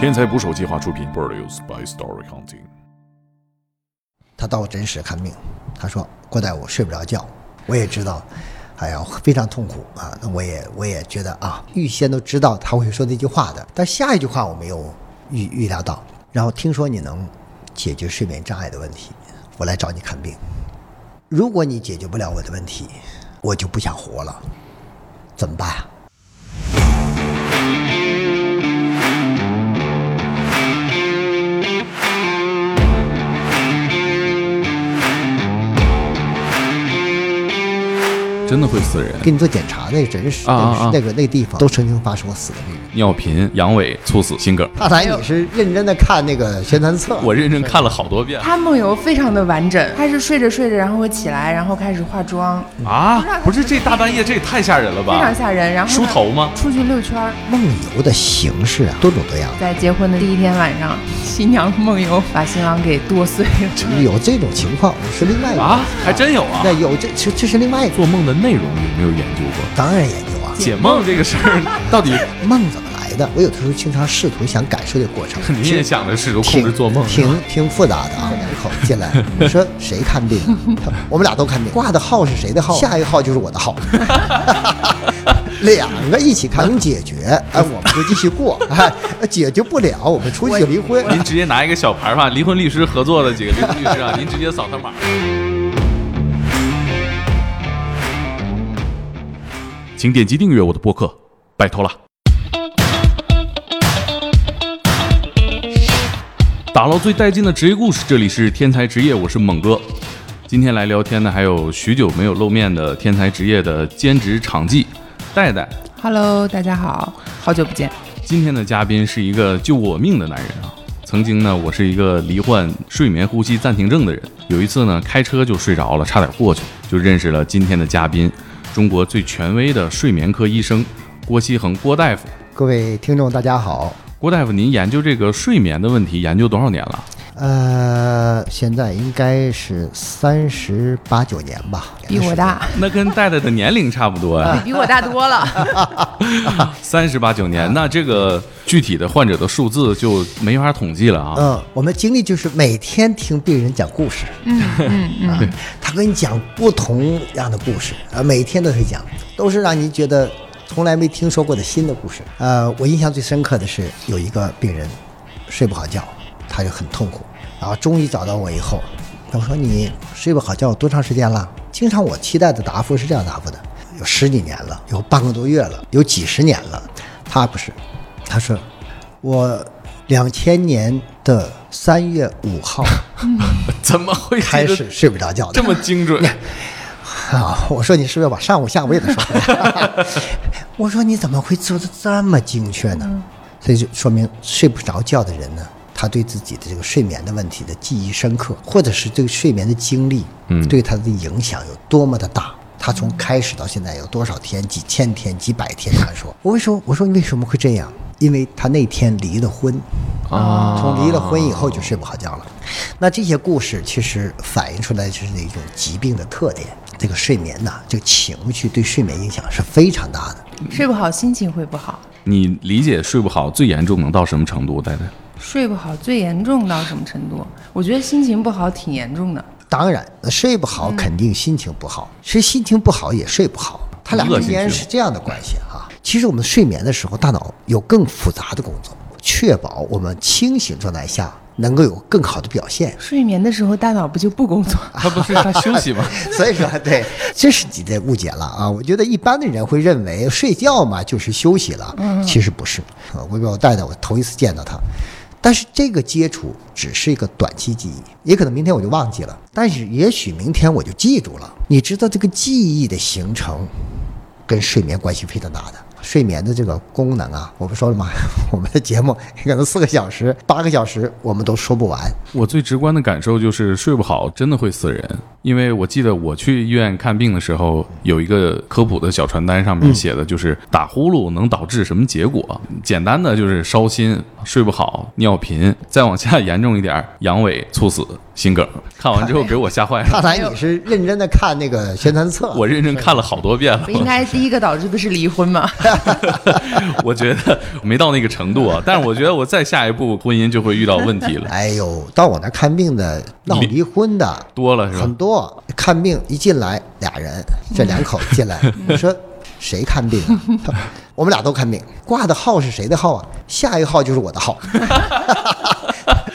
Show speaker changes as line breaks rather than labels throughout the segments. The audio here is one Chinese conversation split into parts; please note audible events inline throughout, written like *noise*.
天才捕手计划出品，Produced by Story Hunting。
他到我诊室看病，他说：“郭大夫，我睡不着觉，我也知道，哎呀，非常痛苦啊。那我也我也觉得啊，预先都知道他会说那句话的，但下一句话我没有预预料到。然后听说你能解决睡眠障碍的问题，我来找你看病。如果你解决不了我的问题，我就不想活了，怎么办啊？”
真的会死人。
给你做检查那个诊室，
啊啊啊
那个那个地方都曾经发生过死的病人。
尿频、阳痿、猝死、心梗，
大胆，你是认真的看那个宣传册？
我认真看了好多遍
他梦游非常的完整，他是睡着睡着，然后会起来，然后开始化妆，
啊
不知道！他
不是这大半夜，这也太吓人了
非常
吧？
吓人。然后
梳
呢
头吗？
出去遛圈儿，
梦游的形式啊，多种多样，
在结婚的第一天晚上，新娘梦游把新郎给剁碎了。 *laughs*
有这种情况是另外一个
啊，还真有啊
那！有这这这是另外一个，
做梦的内容有没有研究过？
当然研究啊，
解梦这个事 *laughs* 儿到底，
梦怎么来的？我有的时候经常试图想感受这个过 *laughs* 程，
你也想着试图
*laughs*
控制
挺
做梦？
挺挺复杂的 *laughs* 啊。两口子进来，我说谁看 *laughs* 病啊？我们俩都看病，挂的号是谁的号？下一个号就是我的 *laughs* 号。两个一起看，能解决，哎，我们就继续过；哎，解决不了，我们出去离婚。
*laughs* 您直接拿一个小牌儿吧，离婚律师合作的几个离婚律师啊，您直接扫他码。
请点击订阅我的播客，拜托了。
打捞最带劲的职业故事，这里是天才职业，我是猛哥。今天来聊天的还有许久没有露面的天才职业的兼职场记戴戴。
Hello，大家好，好久不见。
今天的嘉宾是一个救我命的男人啊！曾经呢，我是一个罹患睡眠呼吸暂停症的人。有一次呢，开车就睡着了，差点过去，就认识了今天的嘉宾，中国最权威的睡眠科医生郭希恒郭大夫。
各位听众，大家好。
郭大夫，您研究这个睡眠的问题研究多少年了？
呃，现在应该是三十八九年吧，
比我大，
那跟戴戴的年龄差不多
啊
呀、
*laughs* 比我大多了。
三十八九
啊
年。那这个具体的患者的数字就没法统计了啊。
嗯，我们经历就是每天听病人讲故事，嗯嗯啊，他跟你讲不同样的故事啊，每天都会讲，都是让你觉得从来没听说过的新的故事。呃，我印象最深刻的是有一个病人睡不好觉，他就很痛苦，然后终于找到我以后，我说你睡不好觉多长时间了？经常我期待的答复是这样答复的：有十几年了，有半个多月了，有几十年了。他不是，他说我两千年的三月五号
怎么会
开
记得
始睡不着觉的
这。么精准？
*laughs* 啊，我说你是不是要把上午、下午也得说出来？我说你怎么会做的这么精确呢？所以就说明睡不着觉的人呢，他对自己的这个睡眠的问题的记忆深刻，或者是对睡眠的经历，嗯，对他的影响有多么的大。他从开始到现在有多少天、几千天、几百天难说。我为什么我说你为什么会这样？因为他那天离了婚，
啊
从离了婚以后就睡不好觉了。那这些故事其实反映出来就是一种疾病的特点。这个睡眠呐、这个情绪对睡眠影响是非常大的。
*laughs* 睡不好，心情会不好。
你理解睡不好最严重能到什么程度？戴戴。
睡不好最严重到什么程度？我觉得心情不好挺严重的。
当然，睡不好肯定心情不好，谁心情不好也睡不好，它俩之间是这样的关系哈、其实我们睡眠的时候，大脑有更复杂的工作，确保我们清醒状态下能够有更好的表现。
睡眠的时候，大脑不就不工作？
他 *laughs* 不是他休息吗？
所以说，对，这是你的误解了啊！我觉得一般的人会认为睡觉嘛就是休息了，其实不是。啊我我带带我头一次见到他，但是这个接触只是一个短期记忆，也可能明天我就忘记了，但是也许明天我就记住了。你知道这个记忆的形成跟睡眠关系非常大的。睡眠的这个功能啊，我不说了吗？ *laughs* 我们的节目可能四个小时、八个小时我们都说不完。
我最直观的感受就是睡不好真的会死人，因为我记得我去医院看病的时候，有一个科普的小传单上面写的就是打呼噜能导致什么结果，简单的就是烧心、睡不好、尿频，再往下严重一点，阳痿、猝死、心梗。看完之后给我吓坏
看
了，
来你是认真的看那个宣传册，
我认真看了好多遍了
不。应该第一个导致不是离婚吗？
我觉得没到那个程度啊，但是我觉得我再下一步婚姻就会遇到问题了，
哎呦，到我那儿看病的闹离婚的
多了是吧
很？多，看病一进来俩人，这两口子进
*laughs*
来，我说谁看病啊、他我们俩都看病，挂的号是谁的号啊？下一个号就是我
*laughs*
的号。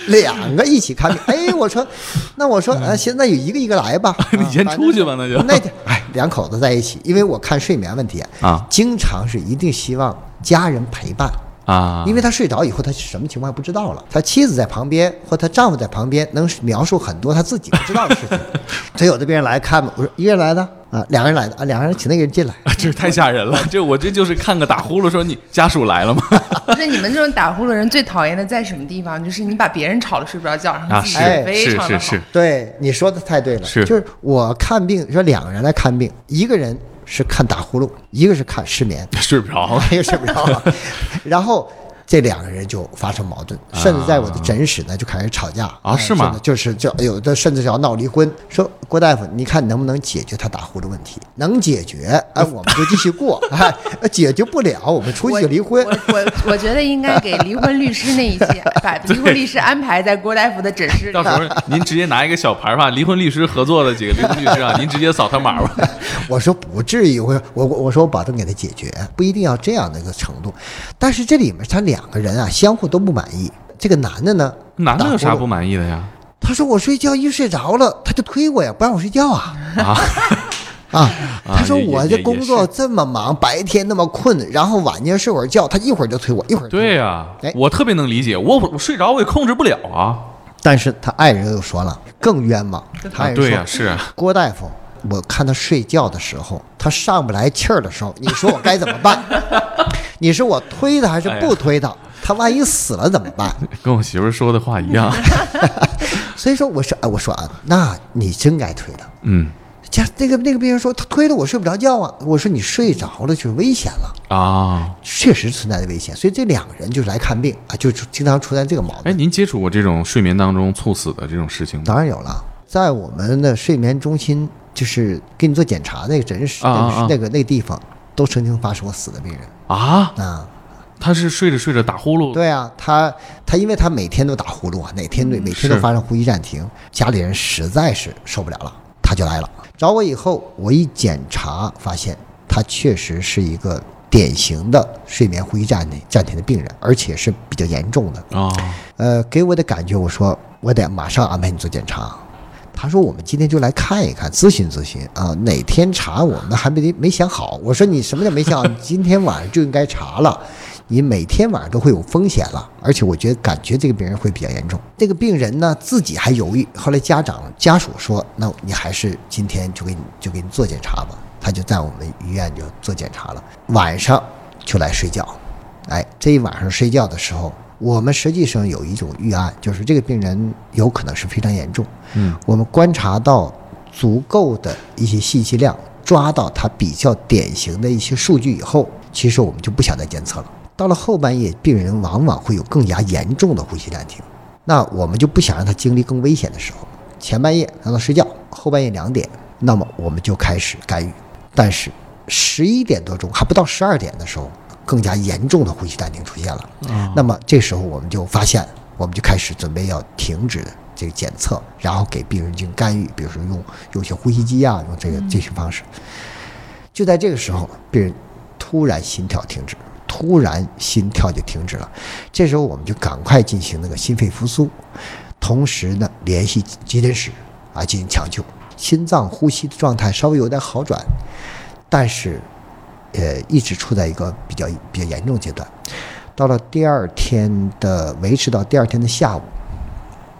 两个一起看病，哎，我说，那我说，呃，现在有一个一个来吧， *laughs* 啊
嗯 *laughs* 你先出去吧那就
那天哎，两口子在一起，因为我看睡眠问题
啊
经常是一定希望家人陪伴，
啊，
因为他睡着以后，他什么情况也不知道了。他妻子在旁边，或他丈夫在旁边，能描述很多他自己不知道的事情。所以有的病人来看嘛，我说一个人来的啊，两个人来的啊，两个人请那个人进来。
*laughs* 这太吓人了，这我这就是看个打呼噜说你家属来了吗？
不是你们这种打呼噜人最讨厌的在什么地方？就是你把别人吵得睡不着觉，然后
啊，
自
是
己非
是
常的
是是，
好
对，你说的太对了，
是
就是我看病说两个人来看病，一个人是看打呼噜，一个是看失眠，
*laughs* 睡不着。
一个睡不着了，然后。这两个人就发生矛盾，甚至在我的诊室呢就开始吵架
啊是吗
甚至就是就有的甚至要闹离婚，说郭大夫，你看能不能解决他打呼噜问题？能解决，哎，我们就继续过； *laughs* 哎，解决不了，我们出去就离婚。
我我我觉得应该给离婚律师那一期，把离婚律师安排在郭大夫的诊室
*laughs*
里
到。时候您直接拿一个小牌儿吧，离婚律师合作的几个离婚律师 *laughs* 啊，您直接扫他码吧。 *laughs*
我说不至于，我说我我我说我保证给他解决，不一定要这样的一个程度。但是这里面他两个人啊，相互都不满意。这个男的呢，
男的有
打
啥
呼噜
不满意的呀？
他说我睡觉一睡着了，他就推我呀，不让我睡觉啊。
啊 *laughs*
啊，他说
也也
我
也
这
也
工作
是
这么忙，白天那么困，然后晚间睡会儿觉，他一会儿就推我，一会儿推
*laughs*
我
对呀
哎，
我特别能理解，我我睡着我也控制不了啊。
但是他爱人又说了，更冤枉。他爱
啊，
人
对
说，
呀，是啊
郭大夫，我看他睡觉的时候，他上不来气儿的时候，你说我该怎么办？ *laughs* 你说我推他还是
哎
不推他？他万一死了怎么办？
*laughs* 跟我媳妇儿说的话一 *laughs* 样。
所以说，我说，哎，我说啊，那你真该推他。
嗯
家那个那个病人说，他推了我睡不着觉啊。我说你睡着了就是危险了。
啊，
确实存在的危险，所以这两个人就是来看病啊，就经常出现这个矛
哎，
盾。
您接触过这种睡眠当中猝死的这种事情吗？
当然有了，在我们的睡眠中心，就是给你做检查那个诊室，
啊啊啊
那个那个地方，都曾经发生过死的病人
啊，
啊。
他是睡着睡着打呼噜，
对啊，他他因为他每天都打呼噜啊，哪天对每天都
是
发生呼吸暂停，家里人实在是受不了了，他就来了。找我以后，我一检查发现他确实是一个典型的睡眠呼吸暂停暂停的病人，而且是比较严重的。
啊，
呃，给我的感觉，我说我得马上安排你做检查。啊他说我们今天就来看一看，咨询咨询啊，哪天查我们还没没想好。我说你什么叫没想好？你今天晚上就应该查了。 *laughs* 你每天晚上都会有风险了，而且我觉得感觉这个病人会比较严重。这个病人呢自己还犹豫，后来家长家属说，那你还是今天就给你就给你做检查吧。他就在我们医院就做检查了，晚上就来睡觉。哎，这一晚上睡觉的时候，我们实际上有一种预案，就是这个病人有可能是非常严重。
嗯，
我们观察到足够的一些信息量，抓到他比较典型的一些数据以后，其实我们就不想再监测了。到了后半夜，病人往往会有更加严重的呼吸暂停，那我们就不想让他经历更危险的时候。前半夜让他睡觉，后半夜两点，那么我们就开始干预。但是十一点多钟还不到十二点的时候，更加严重的呼吸暂停出现了。
啊
那么这时候我们就发现，我们就开始准备要停止这个检测，然后给病人进行干预，比如说用用一些呼吸机啊，用这个这些方式。就在这个时候，病人突然心跳停止，突然心跳就停止了。这时候我们就赶快进行那个心肺复苏，同时呢联系急诊室啊进行抢救。心脏呼吸的状态稍微有点好转，但是呃一直处在一个比较比较严重阶段。到了第二天的维持到第二天的下午，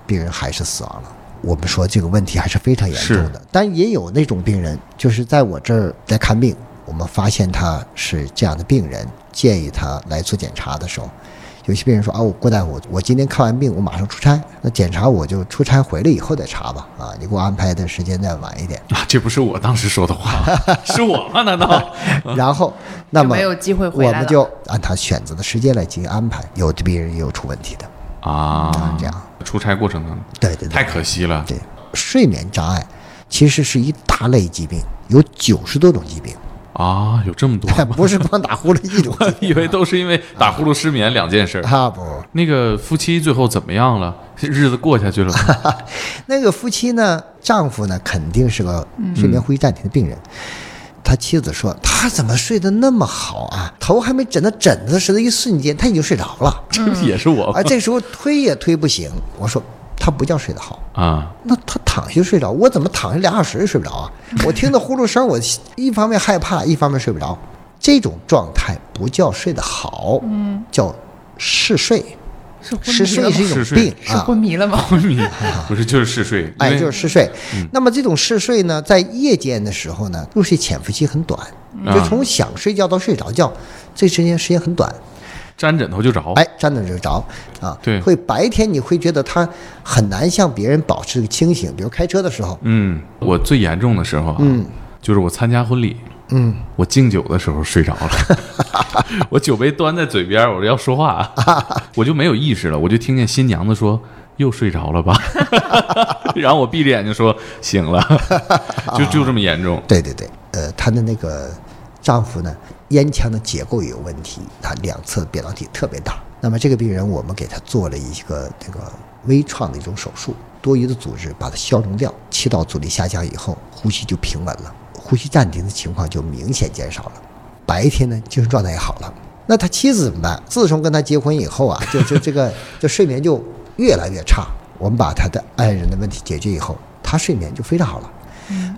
病人还是死亡了。我们说这个问题还是非常严重的，但也有那种病人，就是在我这儿来看病，我们发现他是这样的病人，建议他来做检查的时候，有些病人说啊，我郭大夫，我我今天看完病，我马上出差，那检查我就出差回来以后再查吧，啊，你给我安排的时间再晚一点。
啊，这不是我当时说的话， *laughs* 是我吗？难道？
然后，那么
没有机会回来
我
了
们就按他选择的时间来进行安排。有的病人也有出问题的，
啊，
这样
出差过程当中，
对对对，
太可惜了。
对，睡眠障碍其实是一大类疾病，有九十多种
*laughs*
疾病，
啊，有这么多，
不是光打呼噜一种
*laughs*
疾
以为都是因为打呼噜失眠两件事儿
*laughs* 病。。啊不，
那个夫妻最后怎么样了？日子过下去了吗？
*laughs* 那个夫妻呢，丈夫呢肯定是个
嗯
睡眠呼吸暂停的病人。他妻子说：“他怎么睡得那么好啊？头还没枕到枕头时的一瞬间，他已经睡着了。
这不也是我吗
而这时候推也推不醒。我说他不叫睡得好，
啊？
那他躺下就睡着，我怎么躺下俩小时也睡不着啊？我听到呼噜声，我一方面害怕，一方面睡不着。这种状态不叫睡得好，嗯，叫嗜睡。
是昏
嗜
迷
睡
了吗
是一
嗜
种
睡
病
是
啊
昏，迷了吗？ *laughs*
昏迷不是就是嗜睡，
哎，
因为嗯
就是嗜睡。那么这种嗜睡呢，在夜间的时候呢，入睡潜伏期很短，
嗯
就从想睡觉到睡着觉，这时间时间很短。
沾枕头就着。
哎，沾枕就着啊，
哦对
会白天你会觉得他很难向别人保持清醒，比如开车的时候，
嗯，我最严重的时候啊，
嗯
就是我参加婚礼，嗯，我敬酒的时候睡着了，
*laughs*
我酒杯端在嘴边，我说要说话，我就没有意识了，我就听见新娘子说。又睡着了吧？ *laughs* 然后我闭着眼睛说醒
*laughs*
了，就就这么严重。。
对对对，呃，她的那个丈夫呢，咽腔的结构也有问题，他两侧扁桃体特别大。那么这个病人，我们给他做了一个这个微创的一种手术，多余的组织把它消融掉，气道阻力下降以后，呼吸就平稳了，呼吸暂停的情况就明显减少了。白天呢，精神状态也好了。那他妻子怎么办？自从跟他结婚以后啊，就就这个这睡眠就越来越差。我们把他的爱人的问题解决以后，他睡眠就非常好了。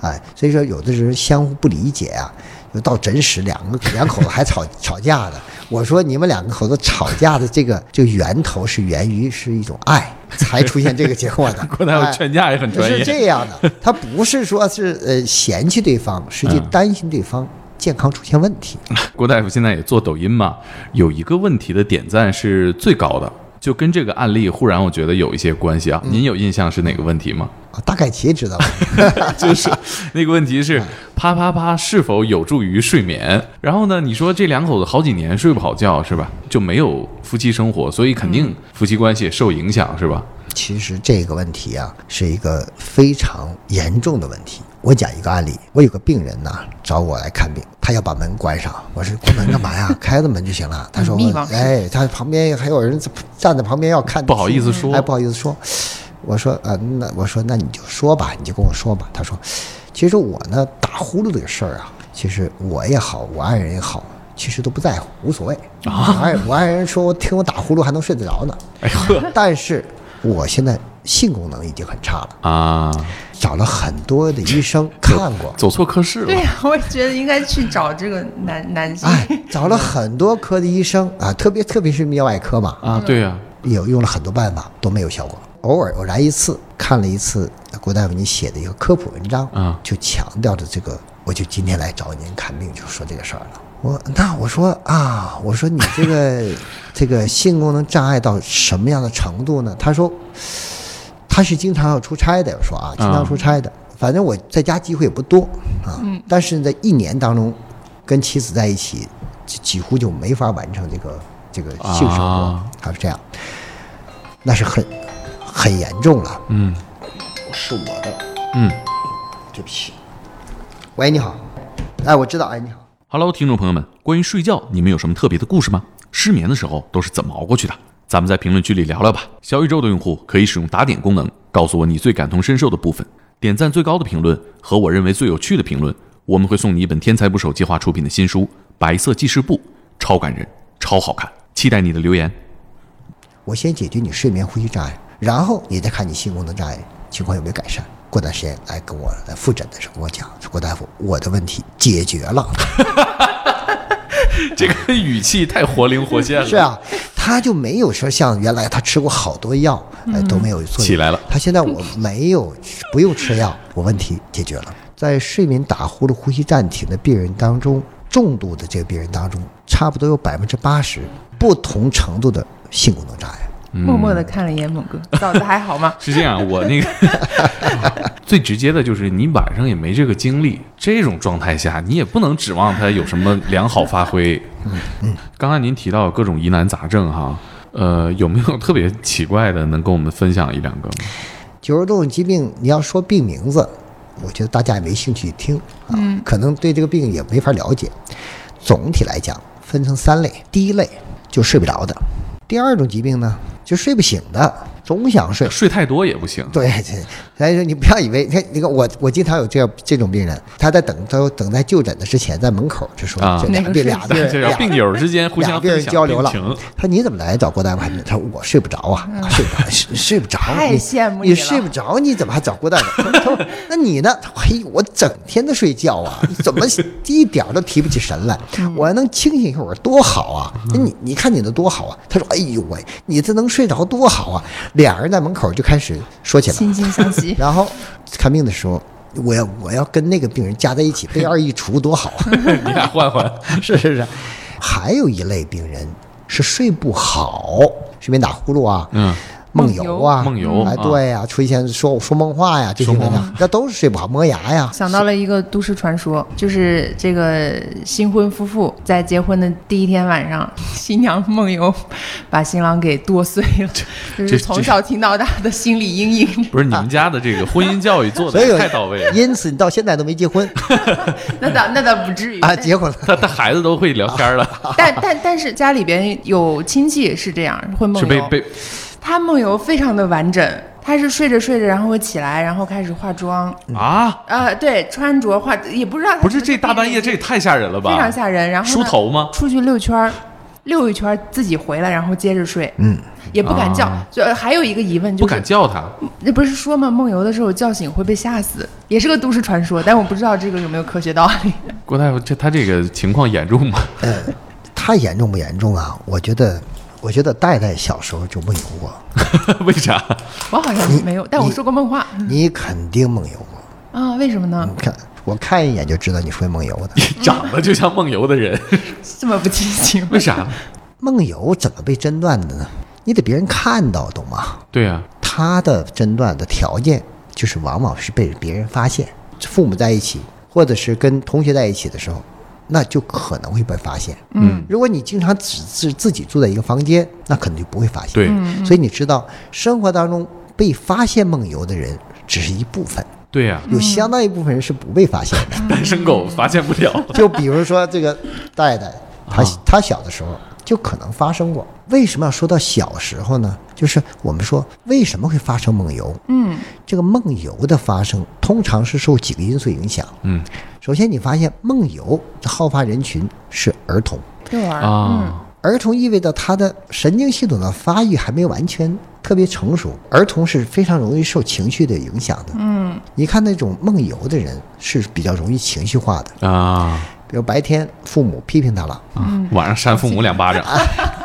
哎，所以说有的人相互不理解啊，就到真实两个 *laughs* 两口子还吵吵架的。我说你们两个口子吵架的这个这个源头是源于是一种爱，才出现这个结果的
*laughs* 郭大夫
哎
劝架也很专
是
业，
这样的，他不是说是呃嫌弃对方，实
嗯
际担心对方健康出现问题。
*laughs* 郭大夫现在也做抖音嘛，有一个问题的点赞是最高的，就跟这个案例忽然我觉得有一些关系啊。
嗯
您有印象是哪个问题吗？
啊，大概其也知道了。
*laughs* 就是那个问题是啪啪啪是否有助于睡眠？然后呢，你说这两口子好几年睡不好觉是吧？就没有夫妻生活，所以肯定夫妻关系也受影响是吧？
其实这个问题啊，是一个非常严重的问题。我讲一个案例，我有个病人呢、找我来看病，他要把门关上，我说关门干嘛
*laughs*
呀？开着门就行了。他说
密钥匙
哎，他旁边还有人站在旁边要看，
不好意思说
哎，不好意思说。我说呃，那我说那你就说吧，你就跟我说吧。他说，其实我呢打呼噜这个事儿啊，其实我也好，我爱人也好，其实都不在乎，无所谓啊。我爱我爱人说我听我打呼噜还能睡得着呢，
哎呵
*laughs* 但是我现在性功能已经很差了，
啊，
找了很多的医生看过，
走错科室了
对。呀、我也觉得应该去找这个男男性。
哎，找了很多科的医生啊，特别特别是泌尿外科嘛，
啊，对呀、
也用了很多办法都没有效果，偶尔偶然一次看了一次郭大夫你写的一个科普文章
啊
就强调着这个，我就今天来找您看病就说这个事儿了。我那我说啊，我说你这个这个性功能障碍到什么样的程度呢？他说他是经常要出差的，我说啊，经常出差的。反正我在家机会也不多啊，但是在一年当中，跟妻子在一起，几几乎就没法完成这个这个性生活。
啊
他是这样，那是很很严重了。
嗯
是我的，
嗯。
对不起。喂，你好。哎，我知道。哎，你好。
Hello，听众朋友们，关于睡觉，你们有什么特别的故事吗？失眠的时候都是怎么熬过去的？咱们在评论区里聊聊吧。小宇宙的用户可以使用打点功能，告诉我你最感同身受的部分，点赞最高的评论和我认为最有趣的评论，我们会送你一本天才捕手计划出品的新书《白色记事簿》，超感人，超好看，期待你的留言。
我先解决你睡眠呼吸障碍，然后你再看你性功能障碍情况有没有改善。过段时间来跟我来复诊的时候跟我讲，说郭大夫，我的问题解决了。
这个语气太活灵活现了。
是啊，他就没有说像原来他吃过好多药，哎都没有作用。
起来了？
他现在我没有不用吃药，我问题解决了。在睡眠打呼噜、呼吸暂停的病人当中，重度的这个病人当中，差不多有百分之八十不同程度的性功能障碍。
默默的看了一眼猛哥，嫂子还好吗
是这样，我
*laughs*
那个最直接的就是你晚上也没这个精力，这种状态下你也不能
嗯
指望他有什么良好发挥。刚才您提到各种疑难杂症哈，呃，有没有特别奇怪的，能跟我们分享一两个吗？
酒肉动物疾病，你要说病名字，我觉得大家也没兴趣听啊，
嗯
可能对这个病也没法了解。总体来讲，分成三类：第一类就睡不着的，第二种疾病呢就睡不醒的，总想睡。 *laughs*
睡太多也不行，
对，这所以说你不要以为，你看，你看我，我经常有这样这种病人，他在等，他等在就诊的之前，在门口就说，
啊
这
哪
俩病俩
个睡
病人
就
俩
要病友之间互
俩
相
病
分
人
享
交流了
病情。
他说你怎么来找郭大夫？还没他说我睡不着啊，睡不着，睡睡不着，
太
你
羡慕你
你
了
睡不着，你怎么还找郭大夫？他说那你呢？他说嘿，我整天的睡觉啊，怎么一点儿都提不起神来？我要能清醒一会儿多好啊！那你你看你的多好啊！他说哎呦喂，你这能睡着多好啊！俩人在门口就开始说起来了，
惺惺相惜。
然后看病的时候，我要我要跟那个病人加在一起，被二一除多好啊！
你俩换换，
*laughs* 是是是。还有一类病人是睡不好，睡眠打呼噜啊，
嗯，
梦游啊，
梦游
哎，
啊
对呀、出现说说梦话呀，这些
说
问
梦
题，那都是睡不好，磨牙呀。
想到了一个都市传说，就是这个新婚夫妇在结婚的第一天晚上，新娘梦游，把新郎给剁碎了，就是
这
从小听到大的心理阴影。
不是你们家的这个婚姻教育做
*laughs* 所以
的 *laughs*
有
太到位了，
因此你到现在都没
*laughs*
结婚
*laughs* 那倒那倒不至于
哎
啊，结婚了。
他他孩子都会聊天
啊
了，
但但但是家里边有亲戚是这样，会梦
是
游。
嗯
被被
他梦游非常的完整，他是睡着睡着，然后会起来，然后开始化妆。
啊，
呃，对，穿着化也不知道他
不是
怎么
这大半夜这也太吓人了吧？
非常吓人。然后呢
梳头吗？
出去溜圈儿，溜一圈儿自己回来，然后接着睡。嗯，也不敢叫
啊。
就呃还有一个疑问
不
就是，
敢叫他，
那不是说嘛，梦游的时候叫醒会被吓死，也是个都市传说，但我不知道这个有没有科学道理。
郭大夫，这他这个情况严重吗？ *laughs*
呃，他严重不严重啊？我觉得，我觉得戴戴小时候就梦游过，
为啥？
我好像没有，但我说过梦话
你肯定梦游过。
啊？为什么呢
你？看，我看一眼就知道你会梦游
*laughs*
的。
长得就像梦游的
*laughs*
人，
这么不清
*laughs*
醒？
为啥？
梦游怎么被诊断的呢？你得别人看到，懂吗？
对啊，
他的诊断的条件就是往往是被别人发现，父母在一起或者是跟同学在一起的时候，那就可能会被发现。
嗯，
如果你经常只是自己住在一个房间，那可能就不会发现。
对，
所以你知道，生活当中被发现梦游的人只是一部分，
对呀、
有相当一部分人是不被发现的。
嗯
单身狗发现不了。
*laughs* 就比如说这个戴戴，他
啊
他小的时候就可能发生过。为什么要说到小时候呢？就是我们说为什么会发生梦游？嗯，这个梦游的发生通常是受几个因素影响。
嗯
首先，你发现梦游的好发人群是儿童，
遛玩儿
啊，
儿童意味着他的神经系统的发育还没有完全特别成熟，儿童是非常容易受情绪的影响的。嗯，你看那种梦游的人是比较容易情绪化的，
啊，
比如白天父母批评他了。 *laughs*
嗯
晚上扇父母两巴掌，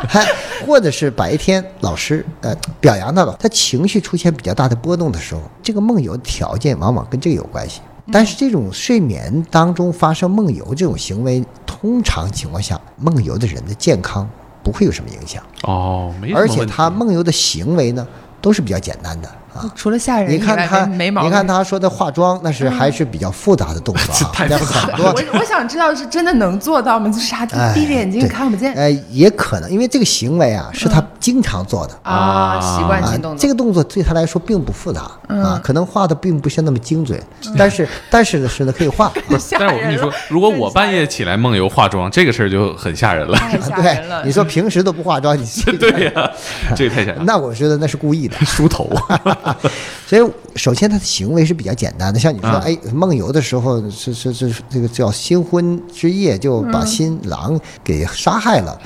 还或者是白天老师呃表扬他了，他情绪出现比较大的波动的时候，这个梦游条件往往跟这个有关系。但是这种睡眠当中发生梦游这种行为，通常情况下，梦游的人的健康不会有什么影响，
哦，没什么
而且
问题
他梦游的行为呢，都是比较简单的啊。
除了嗯吓人以
你
外，
看他，
没没毛病。
你看他说的化妆，那是还是比较复杂的动作
*laughs* 这
啊，
太
那
复杂
很
了
多
我我想知道是真的能做到吗？就是啥，
哎
闭着眼睛
对
看不见
呃，也可能因为这个行为啊，是他经常做的，
啊，习惯性动嗯
这
作。
个动作对他来说并不复杂、啊，可能画的并不是那么精准，
嗯
但是但是呢是呢可以画。 *laughs* 啊
不是
吓
但是我跟你
人
说
了，
如果我半夜起来梦游化妆，这个事儿就很吓人了。 *laughs*
太吓人了
啊对，！你说平时都不化妆，你
对呀、这也太吓人了。
*laughs* 那我觉 *laughs* 得那是故意的。
梳头，啊
*laughs* 所以首先他的行为是比较简单的，像你说，哎，梦游的时候是是是这个叫新婚之夜就
嗯
把新郎给杀害了，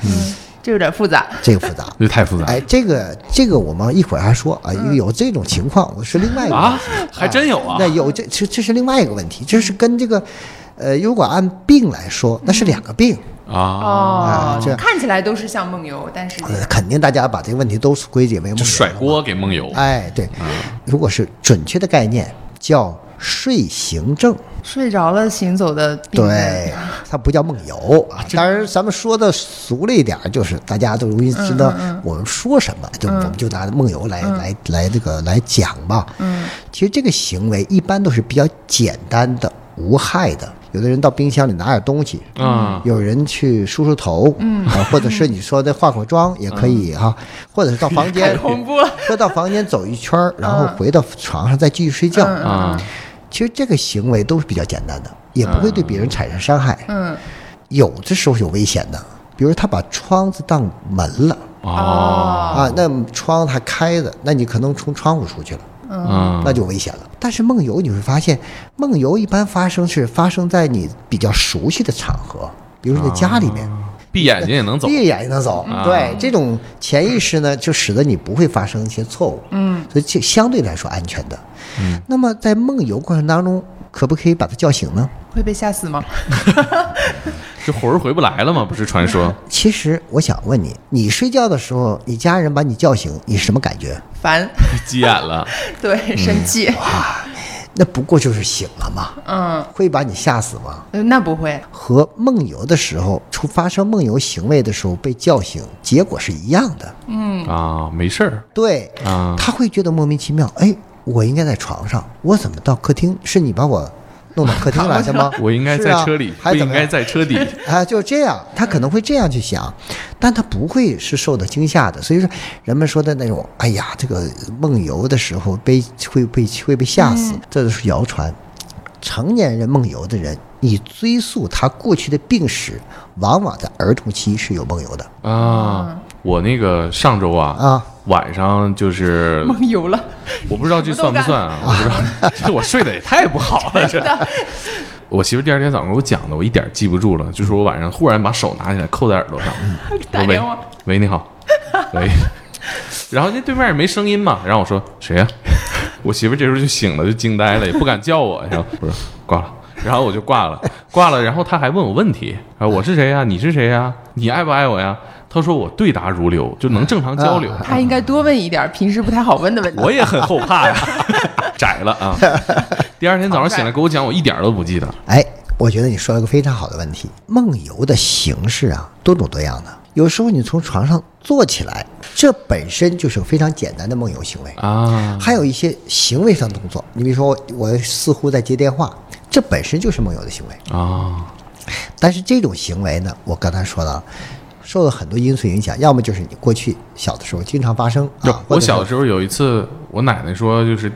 这有点复杂。
这个复杂。
这太复杂
哎，这个这个我们一会儿还说啊，
嗯
有这种情况，我是另外一个问题
啊，还真有啊
那。有这这这是另外一个问题，这是跟这个，呃，如果按病来说，那是两个病，
啊，
哦
啊这，
看起来都是像梦游，但是
呃，肯定大家把这个问题都归结为梦
嗯就
游
甩
了
锅给嗯梦游
嘛。哎，对，如果是准确的概念叫睡行症，
睡着了行走的病人
对，它不叫梦游啊。当然，咱们说的俗了一点儿，就是大家都容易知
嗯
道我们说什么，就我们就拿梦游来来来这个来讲吧。嗯，其实这个行为一般都是比较简单的、无害的。有的人到冰箱里拿点东西，
啊，
有人去梳梳头，嗯，啊，或者是你说的化化妆也可以哈、或者是到房
*laughs* 太
间，
恐怖了。
说到房间走一圈儿，然后回到床上再继续睡觉。
嗯
啊，
其实这个行为都是比较简单的，也不会对别人产生伤害。
嗯，
有的时候有危险的，比如他把窗子当门了
哦，
啊，那窗它开的，那你可能从窗户出去了。
嗯，
那就危险了。但是梦游你会发现，梦游一般发生是发生在你比较熟悉的场合，比如说你的家里面，
闭眼睛也能走
闭着眼睛能走。啊对，这种潜意识呢，就使得你不会发生一些错误。嗯，所以这相对来说安全的。嗯，那么在梦游过程当中，可不可以把他叫醒呢？
会被吓死吗？
这魂儿回不来了吗？不是传
*laughs*
说，
其实我想问你，你睡觉的时候，你家人把你叫醒，你什么感觉？
烦， *laughs*
急眼了，
对，生气。
那不过就是醒了嘛，
嗯，
会把你吓死吗？
呃那不会。
和梦游的时候，出发生梦游行为的时候被叫醒，结果是一样的。
啊，没事儿
对，
啊？
他会觉得莫名其妙，哎，我应该在床上，我怎么到客厅？是你把我弄到客厅来的吗
*laughs* 我应该
是
在
啊
车里，
还
不
怎
应
么
该
样
在车
*laughs*
底。
啊，就这样，他可能会这样去想，但他不会是受到惊吓的。所以说，人们说的那种，哎呀，这个梦游的时候被会被会被吓死，
嗯
这都是谣传。成年人梦游的人，你追溯他过去的病史，往往在儿童期是有梦游的
啊，我那个上周啊，
啊。
晚上就是
梦游了，
*laughs* 我不知道这算不算啊，我不知道， *laughs* 这我睡得也太不好
*laughs*
了，这。我媳妇第二天早上给我讲的，我一点儿记不住了。就是我晚上忽然把手拿起来扣在耳朵上，
*laughs* 打
我
电话
喂喂，你
*laughs*
好，喂。然后那对面也没声音嘛，然后我说谁呀、 *laughs* 我媳妇这时候就醒了，就惊呆了，也不敢叫我，然后我说挂了，然后我就挂了，挂了。然后她还问我问题，啊，我是谁呀、你是谁呀、你爱不爱我呀？她说我对答如流，就能正常交流。
他应该多问一点平时不太好问的问题。
我也很后 *laughs* 怕呀、窄了啊。 *laughs* 第二天早上醒来给我讲，我一点儿都不记得。
哎，我觉得你说了个非常好的问题。梦游的形式啊，多种多样的。有时候你从床上坐起来，这本身就是非常简单的梦游行为。
啊
还有一些行为上的动作，你比如说我，我似乎在接电话，这本身就是梦游的行为。
啊
但是这种行为呢，我刚才说了，受了很多因素影响，要么就是你过去小的时候经常发生啊，
我
或者是
小时候有一次，我奶奶说就是，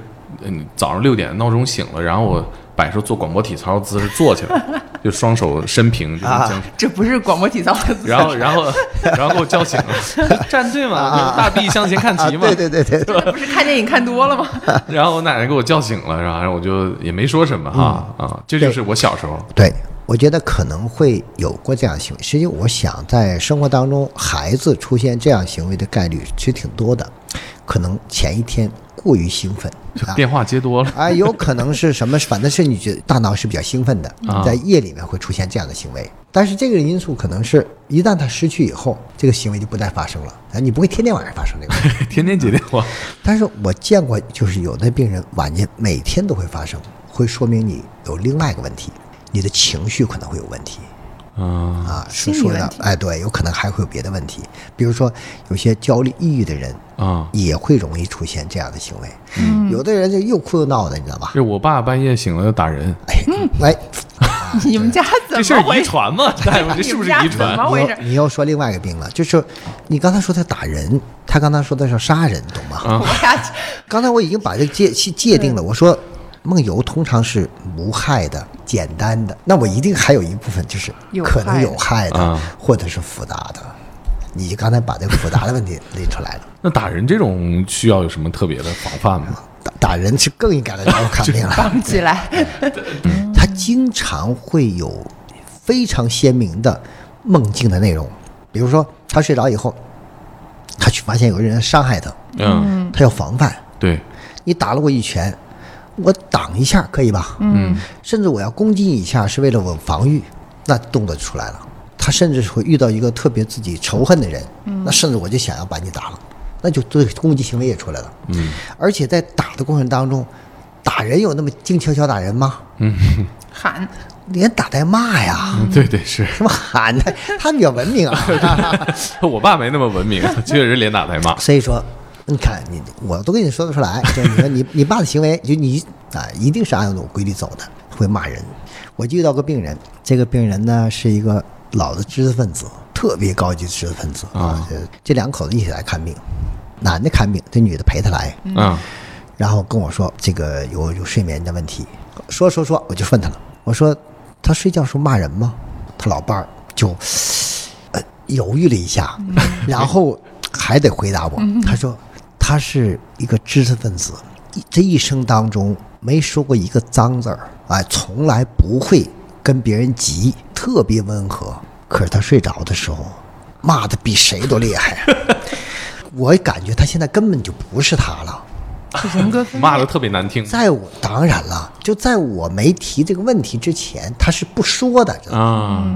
嗯，早上六点闹钟醒了，然后我摆出做广播体操姿势坐起 *laughs* 来，就双手伸平，就跟僵尸。
这不是广播体操的姿势，
然后，然后，然后给我叫醒了， *laughs* 站队嘛，大臂向前看
啊，
齐嘛
对。对对对，
不是看电影看多
*laughs*
了吗？
然后我奶奶给我叫醒了，然后然后我就也没说什么哈啊，这就是我小时候
对，我觉得可能会有过这样的行为。实际我想，在生活当中，孩子出现这样行为的概率其实挺多的，可能前一天过于兴奋啊。
电话接多了
啊，有可能是什么？反正是你觉得大脑是比较兴奋的，在夜里面会出现这样的行为。但是这个因素可能是一旦它失去以后，这个行为就不再发生了。啊，你不会天天晚上发生这个。
*laughs* 天天接电话
但是我见过，就是有的病人晚间每天都会发生，会说明你有另外一个问题，你的情绪可能会有问题
啊
啊。
心
是
理
说
问
的
题，
哎，对，有可能还会有别的问题，比如说有些焦虑、抑郁的人
啊。
也会容易出现这样的行为。嗯，有的人就又哭又闹的，你知道吧？
这我爸半夜醒了就打人，
哎，
嗯
哎，
你们家
这
怎
事
么 *laughs*
儿遗
回事？
传嘛？大夫，这是不是遗
你们家怎
传
么？
你
回事
又你又说另外一个病了，就是你刚才说他打人，他刚才说的是杀人，懂吗？
我俩
刚才我已经把这个界界界定了，我说梦游通常是无害的、简单的，那我一定还有一部分就是
有
可能
害的嗯
有害的，
啊
或者是复杂的。你就刚才把这个复杂的问题 *laughs* 拎出来了，
那打人这种需要有什么特别的防范吗？
打打人是更应该来找我看病了。
绑起来，
他经常会有非常鲜明的梦境的内容，比如说他睡着以后，他去发现有个人伤害他，
嗯，
他要防范，
对，
你打了我一拳，我挡一下可以吧？嗯，甚至我要攻击你一下是为了我防御，那动作就出来了。他甚至是会遇到一个特别自己仇恨的人，那甚至我就想要把你打了，那就对攻击行为也出来了。嗯，而且在打的过程当中，打人有那么静悄悄打人吗？
喊
连打带骂呀，
对对是， *laughs*
什么 *laughs* 喊的，他比较文明啊。
我爸没那么文明，确实连打带骂。
所以说，你看你， *laughs* 哎我都跟你说得出来，就你说你你爸的行为，就你啊，一定是按照我规律走的，会骂人。我就遇到个病人，这个病人呢是一个老的知识分子，特别高级的知识分子啊。这这两口子一起来看病，男的看病，这女的陪他来，
嗯
然后跟我说这个有有睡眠的问题，说说说，我就问他了，我说他睡觉时候骂人吗？他老伴儿就呃犹豫了一下，然后还得回答我，他说他是一个知识分子，一这一生当中没说过一个脏字儿，哎，从来不会跟别人急，特别温和，可是他睡着的时候骂的比谁都厉害，我感觉他现在根本就不是他了。
就人格分裂
嗯骂的特别难听
在我当然了，就在我没提这个问题之前，他是不说的。知道吗
啊，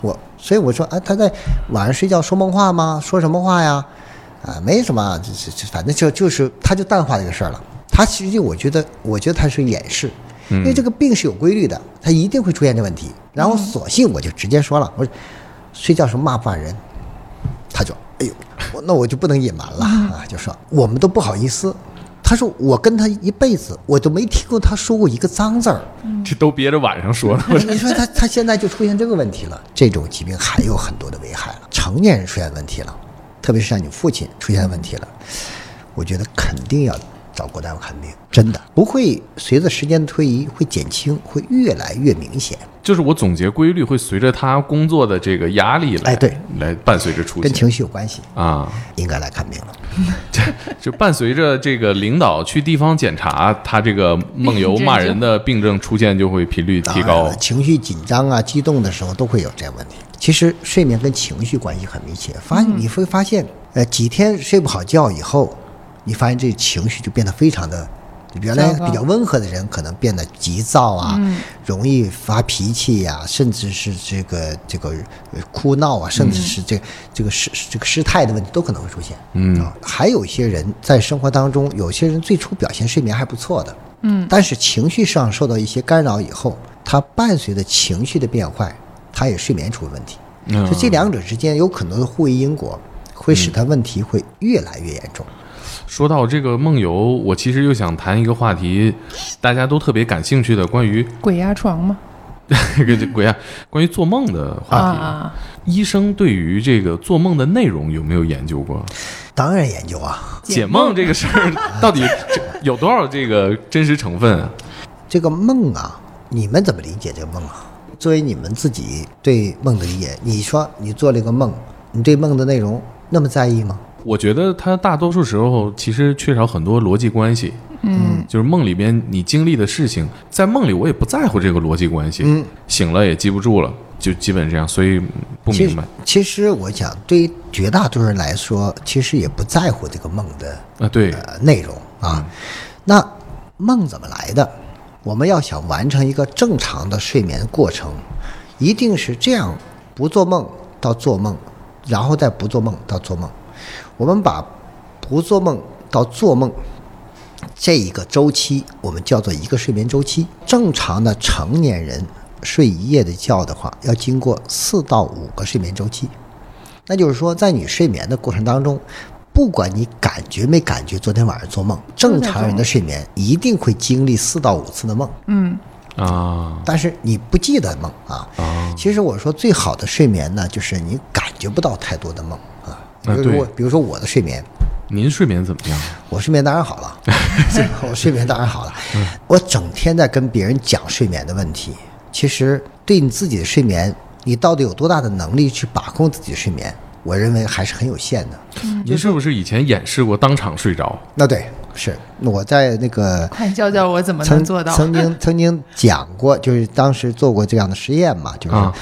我所以我说啊，他在晚上睡觉说梦话吗？说什么话呀？啊，没什么，这这这，反正就就是他就淡化这个事儿了。他实际我觉得，我觉得他是掩饰，因为这个病是有规律的，他一定会出现这问题。然后索性我就直接说了，我说睡觉时候骂不骂人？他就哎呦，我那我就不能隐瞒了啊，就说我们都不好意思。他说我跟他一辈子，我都没听过他说过一个脏字儿。
这都憋着晚上说的。
你说他他现在就出现这个问题了，这种疾病还有很多的危害了，成年人出现问题了，特别是像你父亲出现问题了，我觉得肯定要找国大夫看病，真的不会随着时间的推移会减轻，会越来越明显，
*laughs* 就是我总结规律会随着他工作的这个压力来，
哎对，
来伴随着出
跟
现
情绪有关系，
啊，
应该来看病了。
就伴随着这个领导去地方检查，他这个梦游
病症
骂人的病症出现就会频率
当
提
然
高
了。情绪紧张啊、激动的时候都会有这个问题。其实睡眠跟情绪关系很密切，发你会发现，呃，几天睡不好觉以后，你发现这情绪就变得非常的。原来
糟糕嗯
比较温和的人，可能变得急躁啊，容易发脾气呀、甚至是这个这个呃哭闹
嗯
啊，甚至是这这个失这个失态的问题都可能会出现。嗯、还有一些人在生活当中，有些人最初表现睡眠还不错的，嗯，但是情绪上受到一些干扰以后，它伴随着情绪的变坏，它也睡眠出问题。
嗯
所以这两者之间有可能的互为因果，会使它问题会越来越严重。
说到这个梦游，我其实又想谈一个话题，大家都特别感兴趣的关于 *laughs*
鬼压床嘛
这个这鬼啊，关于做梦的话题。
啊，
医生对于这个做梦的内容有没有研究过？
当然研究啊，
解梦这个事 *laughs* 儿到底这有多少这个真实成分啊？
这个梦啊，你们怎么理解这个梦啊？作为你们自己对梦的理解，你说你做了一个梦，你对梦的内容那么在意吗？
我觉得它大多数时候其实缺少很多逻辑关系。嗯，就是梦里边你经历的事情，在梦里我也不在乎这个逻辑关系。嗯，醒了也记不住了，就基本这样，所以嗯不
其
明
实
白，
其实我想，对于绝大多数人来说，其实也不在乎这个梦的
啊。对，
呃内容啊。那梦怎么来的？我们要想完成一个正常的睡眠过程，一定是这样：不做梦到做梦，然后再不做梦到做梦。我们把不做梦到做梦这一个周期，我们叫做一个睡眠周期。正常的成年人睡一夜的觉的话，要经过四到五个睡眠周期。那就是说，在你睡眠的过程当中，不管你感觉没感觉，昨天晚上做梦，正常人的睡眠一定会经历四到五次的梦，
嗯，
啊，
但是你不记得梦啊。
哦
其实我说最好的睡眠呢，就是你感觉不到太多的梦啊。比
啊
如说我
对
比如说我的睡眠，
您睡眠怎么样？
我睡眠当然好
*laughs*
了，我睡眠当然好了。
嗯
我整天在跟别人讲睡眠的问题，其实对你自己的睡眠，你到底有多大的能力去把控自己的睡眠，我认为还是很有限的。
您是不是以前演示过当场睡着？
那对，是我在那个
快教教我怎么能
曾
做到？
曾
*laughs*
经曾经讲过，就是当时做过这样的实验嘛，就是
啊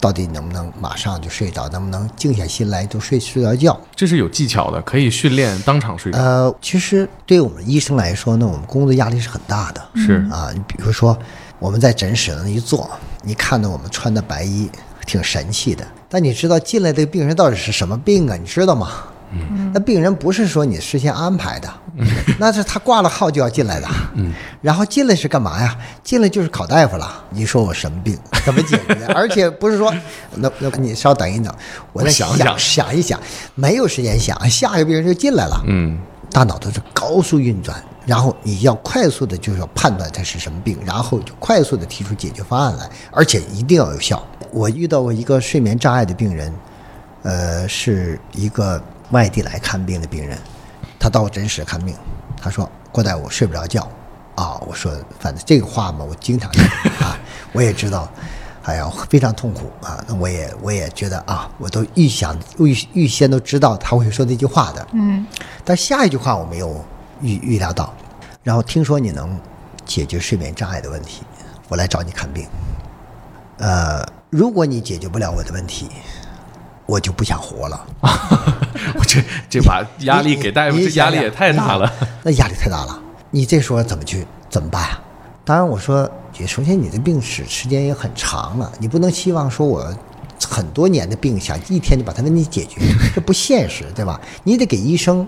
到底能不能马上就睡着，能不能静下心来就睡睡着觉。
这是有技巧的，可以训练当场睡着。
呃，其实对我们医生来说呢，我们工作压力是很大的。
是
啊，你比如说我们在诊室那一坐，你看到我们穿的白衣挺神气的，但你知道进来这个病人到底是什么病啊？你知道吗？嗯，那病人不是说你事先安排的，
嗯
*laughs* 那是他挂了号就要进来的。嗯，然后进来是干嘛呀？进来就是考大夫了。你说我什么病？怎么解
*laughs*
决？而且不是说，那那你稍等一等，我再
想
想想一想，没有时间想，下一个病人就进来了。
嗯， *laughs*
大脑都是高速运转，然后你要快速的就是要判断它是什么病，然后就快速的提出解决方案来，而且一定要有效。我遇到过一个睡眠障碍的病人，呃，是一个外地来看病的病人，他到我诊室看病，他说：“郭大夫，我睡不着觉。”啊，我说，反正这个话嘛，我经常听啊，我也知道，哎呀，非常痛苦啊。那我也我也觉得啊，我都预想预预先都知道他会说那句话的，嗯。但下一句话我没有预预料到，然后听说你能解决睡眠障碍的问题，我来找你看病。呃，如果你解决不了我的问题，我就不想活了。
我这这把压力给大夫，
你
这
你
压力也
想想
太大了。
那，那压力太大了。你这时候怎么去怎么办啊？当然，我说，也首先你的病史时间也很长了，你不能期望说我很多年的病想一天就把它问题解决，这不现实，对吧？你得给医生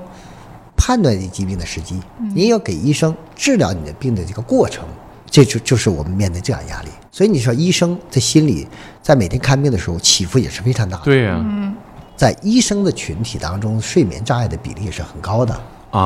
判断你疾病的时机，你也要给医生治疗你的病的这个过程。这就就是我们面对这样压力，所以你说医生在心里在每天看病的时候起伏也是非常大的。
对呀、
在医生的群体当中，睡眠障碍的比例也是很高的。
啊，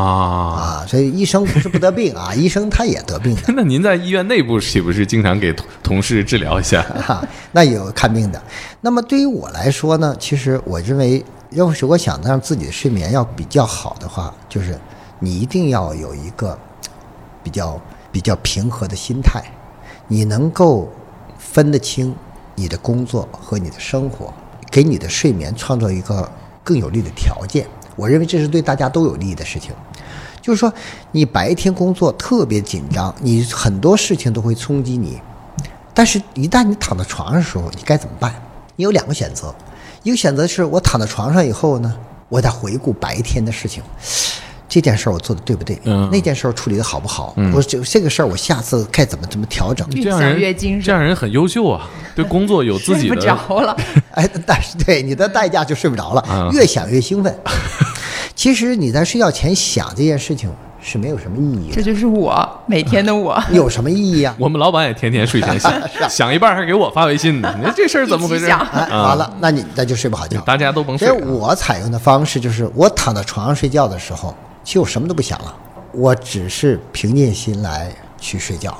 *laughs*
啊，所以医生不是不得病啊，医 *laughs* 生他也得病的
那您在医院内部岂不是经常给同同事治疗一下？
啊，那也有看病的。那么对于我来说呢，其实我认为，要是我想让自己的睡眠要比较好的话，就是你一定要有一个比较比较平和的心态，你能够分得清你的工作和你的生活，给你的睡眠创造一个更有利的条件。我认为这是对大家都有利益的事情。就是说，你白天工作特别紧张，你很多事情都会冲击你，但是一旦你躺在床上的时候，你该怎么办？你有两个选择，一个选择是我躺在床上以后呢，我再回顾白天的事情，这件事儿我做的对不对？
嗯
那件事儿处理的好不好？我这这个事儿我下次该怎么怎么调整？
越
这样
想越
人
精
这
神，
样人很优秀啊，对工作有自己
睡不
的。
着了。
哎，但是对你的代价就睡不着了
嗯，
越想越兴奋。其实你在睡觉前想这件事情是没有什么意义
这
的，
就是我每天的我。
有什么意义啊？
我们老板也天天睡前想，想一半还给我发微信呢。你说这事儿怎么回事
一起？想
哎，完了，那你那就睡不好觉。
大家都甭
所
睡
以
啊。
哎我采用的方式就是，我躺在床上睡觉的时候，其实我什么都不想了，我只是平静心来去睡觉，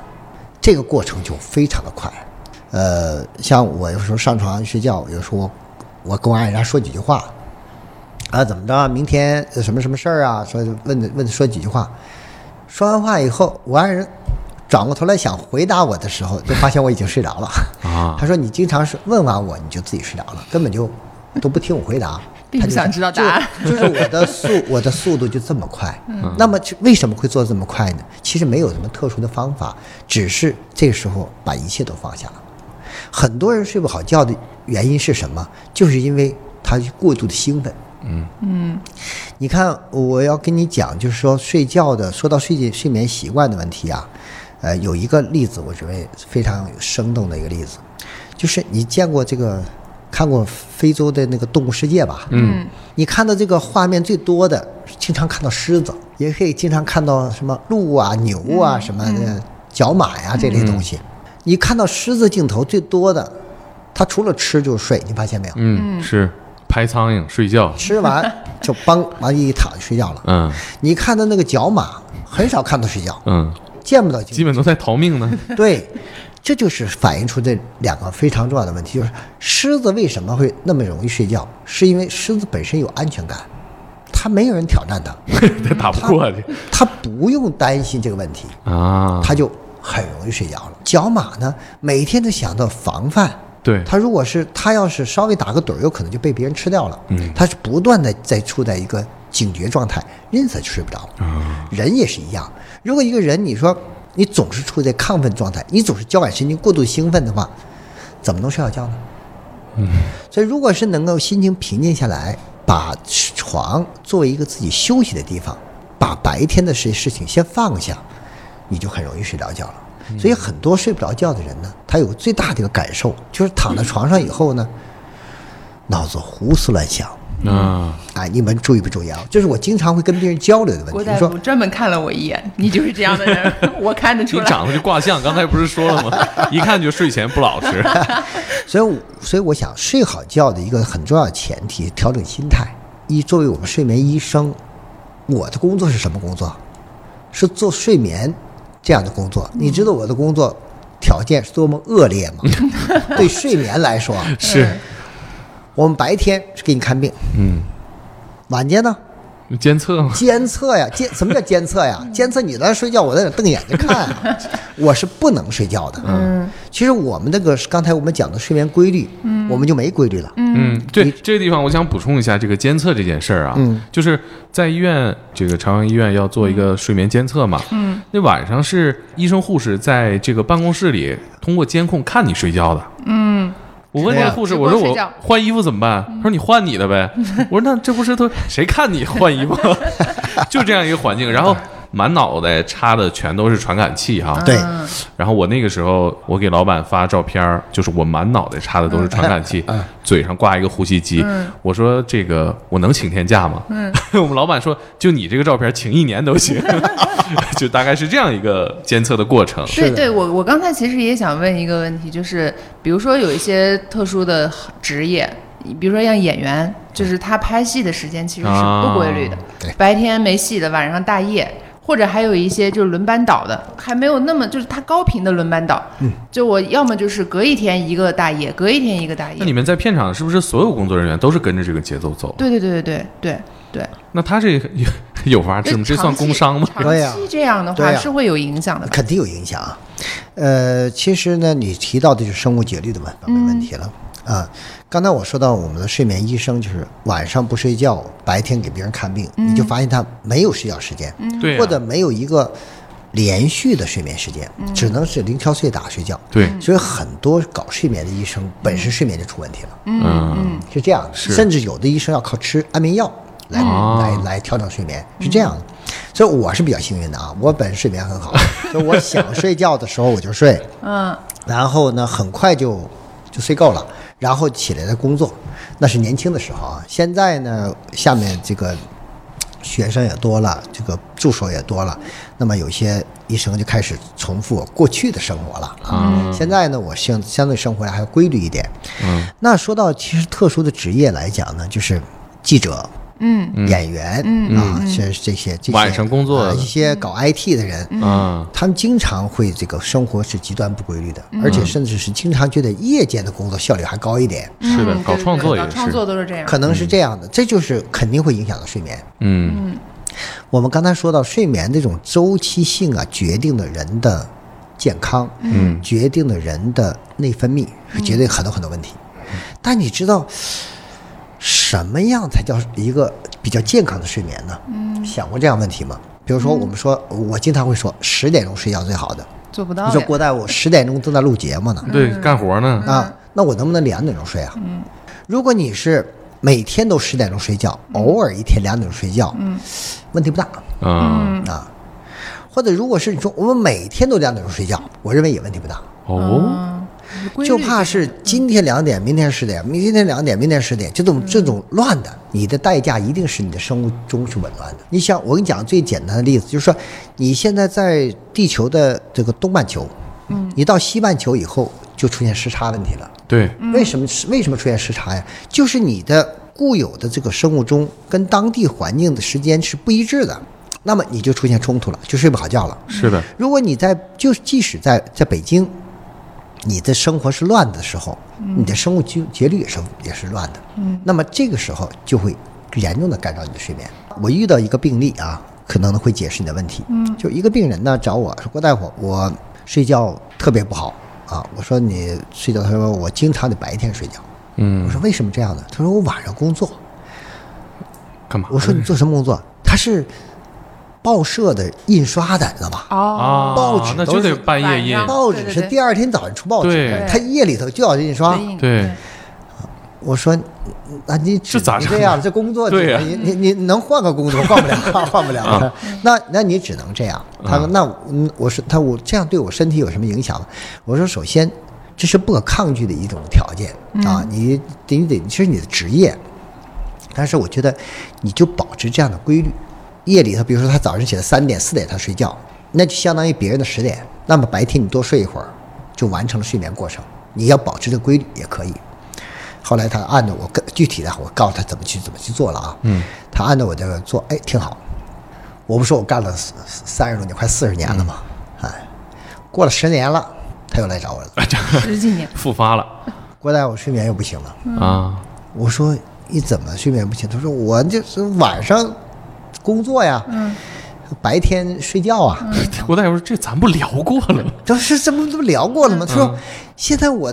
这个过程就非常的快。呃，像我有时候上床睡觉，有时候我我跟我爱人说几句话，啊，怎么着啊？明天有什么什么事儿啊？说问问说几句话，说完话以后，我爱人转过头来想回答我的时候，就发现我已经睡着了。
啊
他说你经常是问完我你就自己睡着了，根本就都不听我回答。
并
他
不
就
想知道答案嗯
就就是我的速，我的速度就这么快。那么就为什么会做这么快呢？其实没有什么特殊的方法，只是这个时候把一切都放下了。很多人睡不好觉的原因是什么？就是因为他过度的兴奋。
嗯
你看，我要跟你讲，就是说睡觉的，说到睡觉睡眠习惯的问题啊，呃，有一个例子，我认为非常有生动的一个例子，就是你见过这个，看过非洲的那个动物世界吧？嗯，你看到这个画面最多的，经常看到狮子，也可以经常看到什么鹿啊、牛啊、什么的角马呀、这类东西。你看到狮子镜头最多的，它除了吃就是睡，你发现没有？
嗯，是拍苍蝇睡觉。
吃完就梆往一躺就睡觉了。
嗯
你看到那个角马，很少看到睡觉，
嗯，
见不到角
基本都在逃命 *laughs* 呢。
对，这就是反映出这两个非常重要的问题，就是狮子为什么会那么容易睡觉，是因为狮子本身有安全感，它没有人挑战它，
他打不过去
它不用担心这个问题，
啊。
它就很容易睡觉了。角马呢，每天都想到防范。
对
它如果是它要是稍微打个盹儿，有可能就被别人吃掉了。嗯，它是不断的在处在一个警觉状态，因此就睡不着。人也是一样，如果一个人你说你总是处在亢奋状态，你总是交感神经过度兴奋的话，怎么能睡好觉呢？嗯，所以如果是能够心情平静下来，把床作为一个自己休息的地方，把白天的事事情先放下，你就很容易睡着觉了。所以很多睡不着觉的人呢，他有个最大的一个感受就是躺在床上以后呢，脑子胡思乱想。
啊，
哎，你们注意不注意啊？这是我经常会跟别人交流的问
郭
题。
大
你说
夫专门看了我一眼，你就是这样的人，
*laughs*
我看得出
你
来。
长得就卦象，刚才不是说了 *laughs* 吗？一看就睡前不老实。
所以我，所以我想，睡好觉的一个很重要的前提，调整心态。一，作为我们睡眠医生，我的工作是什么工作？是做睡眠这样的工作。你知道我的工作条件是多么恶劣吗？对睡眠来说，
是
我们白天是给你看病，
嗯，
晚间呢
监测嘛，
监测呀，监什么叫监测
嗯
呀？监测你在那睡觉，我在那瞪眼睛看
*laughs*
啊，我是不能睡觉的。嗯，其实我们那个刚才我们讲的睡眠规律，嗯，我们就没规律了。
嗯，对这个地方，我想补充一下这个监测这件事儿啊，就是在医院这个朝阳医院要做一个睡眠监测嘛，嗯，那晚上是医生护士在这个办公室里通过监控看你睡觉的，嗯。我问那个护士，
直播
我说
睡
我
觉嗯
换衣服怎么办？他说你换你的
*laughs*
呗。我说那这不是都谁看你换衣服？ *laughs* 就这样一个环境，然后满脑袋插的全都是传感器
嗯
哈、
对，
然后我那个时候，我给老板发照片儿，就是我满脑袋插的都是传感器，
嗯
嘴上挂一个呼吸机。我说这个我能请天假吗？
嗯
*laughs* 我们老板说，就你这个照片，请一年都
*laughs*
行。就大概是这样一个监测的过程。
对对，我我刚才其实也想问一个问题，就是比如说有一些特殊的职业，比如说像演员，就是他拍戏的时间其实是不规律的，
啊
对
白天没戏的，晚上大夜。或者还有一些就是轮班倒的，还没有那么就是他高频的轮班倒，
嗯
就我要么就是隔一天一个大夜，隔一天一个大夜
那，你们在片场是不是所有工作人员都是跟着这个节奏走？
对对对对对对
啊
对，
那他这个 *laughs* 有有法治吗？这算工伤吗？
长
对呀
期这样的
对
话
呀
是会有影响的吧？
肯定有影响啊。呃，其实呢，你提到的就是生物节律的问方面问题了、
嗯
啊。刚才我说到我们的睡眠医生，就是晚上不睡觉，白天给别人看病，你就发现他没有睡觉时间，
嗯对啊
或者没有一个连续的睡眠时间，
嗯
只能是零敲碎打睡觉。
对，
所以很多搞睡眠的医生本身睡眠就出问题了，
嗯，
是这样的。甚至有的医生要靠吃安眠药来、来来调整睡眠，是这样的。所以我是比较幸运的啊，我本身睡眠很好，所以我想睡觉的时候我就睡，
嗯，
然后呢很快就就睡够了，然后起来再工作，那是年轻的时候啊。现在呢，下面这个学生也多了，这个助手也多了，那么有些医生就开始重复我过去的生活了啊。现在呢，我相相对生活还要规律一点。嗯，那说到其实特殊的职业来讲呢，就是记者。
嗯，
演员嗯啊，是这些这些
晚上工作
啊
的
一些搞 IT 的人，
嗯
啊，
他们经常会这个生活是极端不规律的，而且甚至是经常觉得夜间的工作效率还高一点，
是的
嗯，
搞
对对
创
对
作
搞
也是
创，作都是这样，
可能是这样的，这就是肯定会影响到睡眠。
嗯，
我们刚才说到睡眠这种周期性啊，决定了人的健康，嗯，决定了人的内分泌，是决定很多很多问题。但你知道什么样才叫一个比较健康的睡眠呢？嗯，想过这样问题吗？比如说，我们说，我经常会说，十点钟睡觉最好的。
做不到
你
的。
说郭 *laughs* 大夫，我十点钟正在录节目呢，
嗯
对，干活呢，
啊，那我能不能两点钟睡啊？嗯，如果你是每天都十点钟睡觉，偶尔一天两点钟睡觉，嗯，问题不大
嗯
啊，
啊。或者如果是你说我们每天都两点钟睡觉，我认为也问题不大，
哦，
嗯，规律
就怕是今天两点，明天十点，明天两点，明天十点，这种这种乱的，你的代价一定是你的生物钟是紊乱的。你想，我跟你讲最简单的例子，就是说你现在在地球的这个东半球，嗯，你到西半球以后就出现时差问题了。
对，
为什么是为什么出现时差呀？就是你的固有的这个生物钟跟当地环境的时间是不一致的，那么你就出现冲突了，就睡不好觉了。
是的，
如果你在就即使在在北京，你的生活是乱的时候，你的生物节节律也是也是乱的。嗯，那么这个时候就会严重的干扰你的睡眠。我遇到一个病例啊，可能会解释你的问题。嗯，就一个病人呢找我说郭大夫，我睡觉特别不好啊。我说你睡觉，他说我经常得白天睡觉。
嗯
我，说为什么这样呢？他说我晚上工作。
干嘛呢？
我说你做什么工作？他是报社的印刷的，你知道吧？
哦，
啊，
报纸
那
都
就是得半夜印
晚，上
报
对
纸
对
是
对
第二天早上出报
对
纸，他夜里头就要印刷
所。以
对，
我说，嗯那你只
这咋
能
整
这样？这工作，
对呀啊
你你你能换个工作，换不了， *laughs* 换不了。那那你只能这样。他说，那我嗯我说他我这样对我身体有什么影响吗？我说，首先这是不可抗拒的一种条件啊，你得你得这是你的职业，但是我觉得你就保持这样的规律，夜里头，比如说他早上起来三点四点他睡觉，那就相当于别人的十点，那么白天你多睡一会儿，就完成了睡眠过程。你要保持这个规律也可以。后来他按照我跟具体的，我告诉他怎么去怎么去做了啊。嗯，他按照我这个做，哎，挺好。我不说我干了三十多年，快四十年了嘛，哎，过了十年了，他又来找我了。
十几年，
复发了
郭大夫，我睡眠又不行了。
啊，
我说你怎么睡眠不行？他说我就是晚上工作呀，白天睡觉啊。
*laughs* 郭大夫说这咱不聊过了
*laughs*
吗？
这是这不这不聊过了吗？他说现在我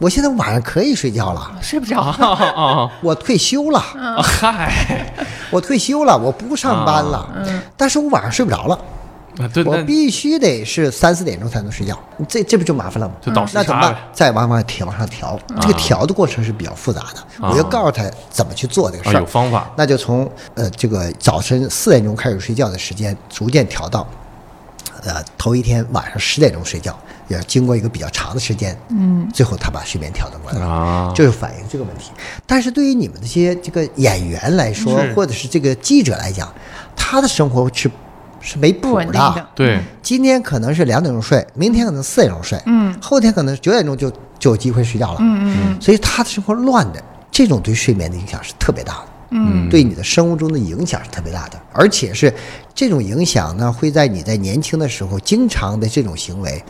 我现在晚上可以睡觉了，
睡不着。
啊啊
我退休了，
啊！嗨，
我退休了，我不上班了，但是我晚上睡不着了。
啊对，
我
啊那
必须得是三四点钟才能睡觉，这这不就麻烦了吗？
就倒时
那怎么
差
办
呗？啊
再往往调往上调，这个调的过程是比较复杂的。我要告诉他怎么去做这个
啊
事
有
儿，
方法
那就从呃这个早晨四点钟开始睡觉的时间，逐渐调到呃头一天晚上十点钟睡觉，也经过一个比较长的时间，嗯，最后他把睡眠调整过来了。
啊，
就是反映这个问题。但是对于你们这些这个演员来说，
是
或者是这个记者来讲，他的生活是是没
不
谱
稳定的
对
今天可能是两点钟睡，明天可能四点钟睡，嗯，后天可能九点钟就就有机会睡觉了，嗯嗯，所以他的生活乱的，这种对睡眠的影响是特别大的，嗯，对你的生物钟的影响是特别大的，而且是这种影响呢，会在你在年轻的时候经常的这种行为，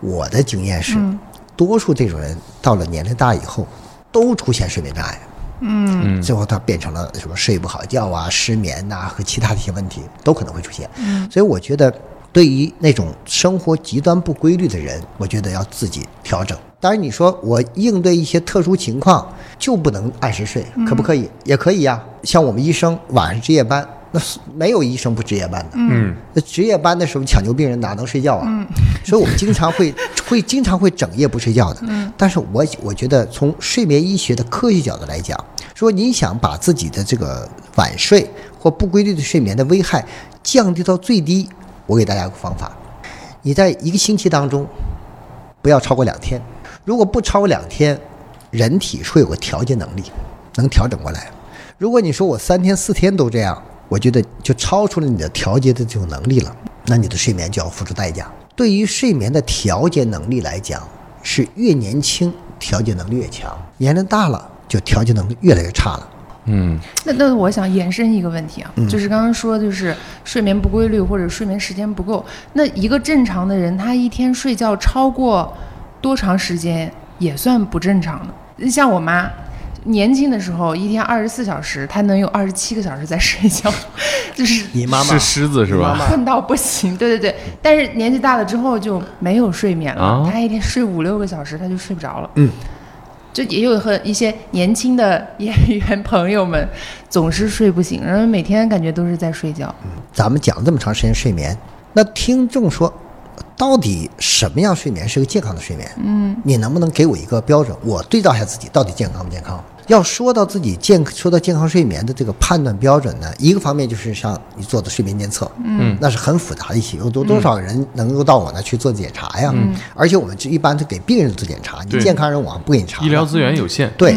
我的经验是，多数这种人到了年龄大以后，都出现睡眠障碍，嗯，最后他变成了什么睡不好觉啊、失眠呐、和其他的一些问题都可能会出现。所以我觉得对于那种生活极端不规律的人，我觉得要自己调整。当然，你说我应对一些特殊情况就不能按时睡，可不可以？也可以呀、啊像我们医生晚上值夜班，那是没有医生不值夜班的。
嗯，
那值夜班的时候抢救病人哪能睡觉啊？所以我们经常会会经常会整夜不睡觉的。但是我我觉得从睡眠医学的科学角度来讲，说你想把自己的这个晚睡或不规律的睡眠的危害降低到最低，我给大家一个方法，你在一个星期当中不要超过两天，如果不超过两天，人体是会有个调节能力，能调整过来。如果你说我三天四天都这样，我觉得就超出了你的调节的这种能力了，那你的睡眠就要付出代价。对于睡眠的调节能力来讲，是越年轻调节能力越强，年龄大了就调节能力越来越差了。
嗯
那那我想延伸一个问题啊，就是刚刚说就是睡眠不规律或者睡眠时间不够，那一个正常的人他一天睡觉超过多长时间也算不正常的？呃像我妈。年轻的时候，一天二十四小时，她能有二十七个小时在睡觉， *laughs* 就是
你妈妈
是狮子是吧？
困到不行。 *laughs* 对对对，但是年纪大了之后就没有睡眠了，
啊
他一天睡五六个小时，他就睡不着了。嗯，就也有和一些年轻的演员朋友们总是睡不醒，然后每天感觉都是在睡觉。
咱们讲这么长时间睡眠，那听众说，到底什么样睡眠是个健康的睡眠？嗯，你能不能给我一个标准？我对照一下自己到底健康不健康？要说到自己健，说到健康睡眠的这个判断标准呢，一个方面就是像你做的睡眠监测，嗯，那是很复杂的一些，有多多少人能够到我那去做检查呀？嗯，而且我们这一般都给病人做检查，你
对
健康人我不给你查的，
医疗资源有限，，
对，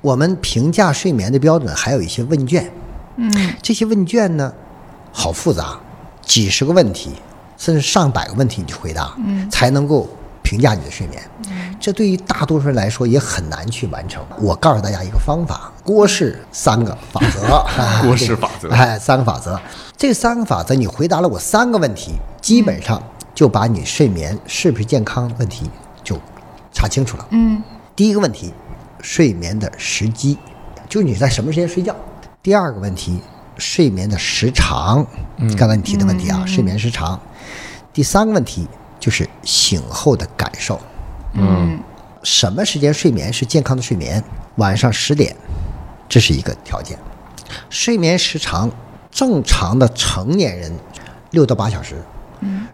我们评价睡眠的标准还有一些问卷，嗯，这些问卷呢，好复杂，几十个问题，甚至上百个问题你去回答，嗯，才能够评价你的睡眠。这对于大多数人来说也很难去完成。我告诉大家一个方法，郭氏三个法则
郭氏法则
哎，三个法则，这三个法则你回答了我三个问题，基本上就把你睡眠是不是健康问题就查清楚了。嗯，第一个问题，睡眠的时机，就是你在什么时间睡觉。第二个问题，睡眠的时长，刚才你提的问题啊，睡眠时长。第三个问题就是醒后的感受，
嗯
什么时间睡眠是健康的睡眠？晚上十点，这是一个条件。睡眠时长，正常的成年人六到八小时。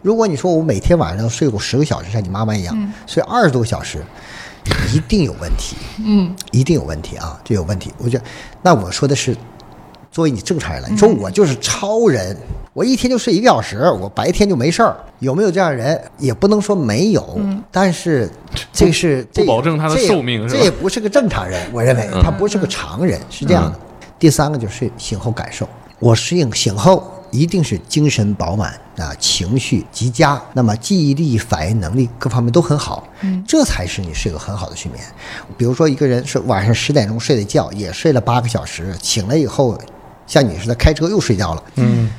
如果你说我每天晚上睡够十个小时，像你妈妈一样、睡二十多个小时，一定有问题。嗯，一定有问题啊，这有问题。我觉得，那我说的是，作为你正常人来说，我就是超人，我一天就睡一个小时，我白天就没事儿。有没有这样的人？也不能说没有，但是这是
不
这
保证他的
这也
寿命是吧
这也不是个正常人，我认为他不是个常人，是这样的。第三个就是醒后感受，我适应醒后一定是精神饱满啊，情绪极佳，那么记忆力、反应能力各方面都很好，这才是你是一个很好的睡眠。比如说一个人是晚上十点钟睡的觉，也睡了八个小时，醒了以后，像你似的开车又睡觉了，嗯，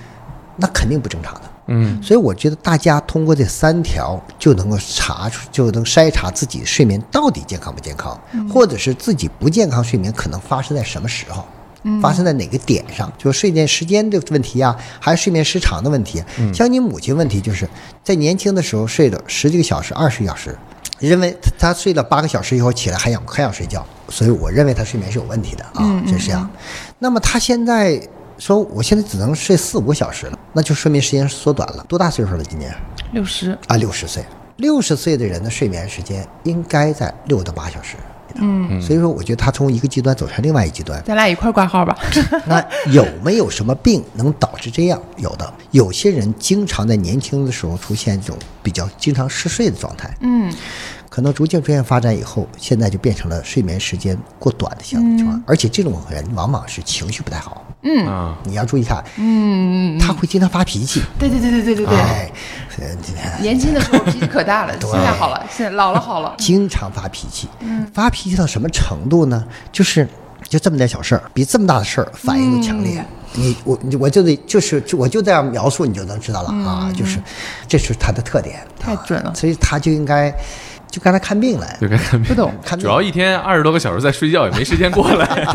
那肯定不正常的。
嗯
所以我觉得大家通过这三条就能够查出，就能筛查自己睡眠到底健康不健康，或者是自己不健康睡眠可能发生在什么时候。发生在哪个点上？就是睡眠时间的问题呀、啊还是睡眠时长的问题、啊像你母亲问题，就是在年轻的时候睡了十几个小时、二十个小时，认为她她睡了八个小时以后起来还想还想睡觉，所以我认为她睡眠是有问题的啊，这是这样。那么她现在说我现在只能睡四五个小时了，那就说明时间缩短了。多大岁数了？今年
六十，
啊，六十岁。六十岁的人的睡眠时间应该在六到八小时。嗯，所以说我觉得他从一个极端走向另外一极
*laughs*
端。
咱俩一块儿挂号吧。
那有没有什么病能导致这样？有的，有些人经常在年轻的时候出现这种比较经常嗜睡的状态，
嗯，
可能逐渐逐渐发展以后，现在就变成了睡眠时间过短的相情况，而且这种人往往是情绪不太好。
啊，
你要注意看，嗯，他会经常发脾气，
对对对对对对对。
哎，呃这个
*laughs* 年轻的时候脾气可 *laughs* 大了，现在好了，现在老了好 *laughs* 了。
经常发脾气，
嗯
发脾气到什么程度呢？就是就这么点小事儿，比这么大的事儿反应都强烈。
嗯
你我你我就得就是就我就这样描述，你就能知道了啊，就是这是他的特点，
嗯太准了
啊所以他就应该就该来看病来。
就该看病
不 *laughs* 懂，
看
主
病
要一天二十多个小时在睡觉，也没时间过
*laughs*
来。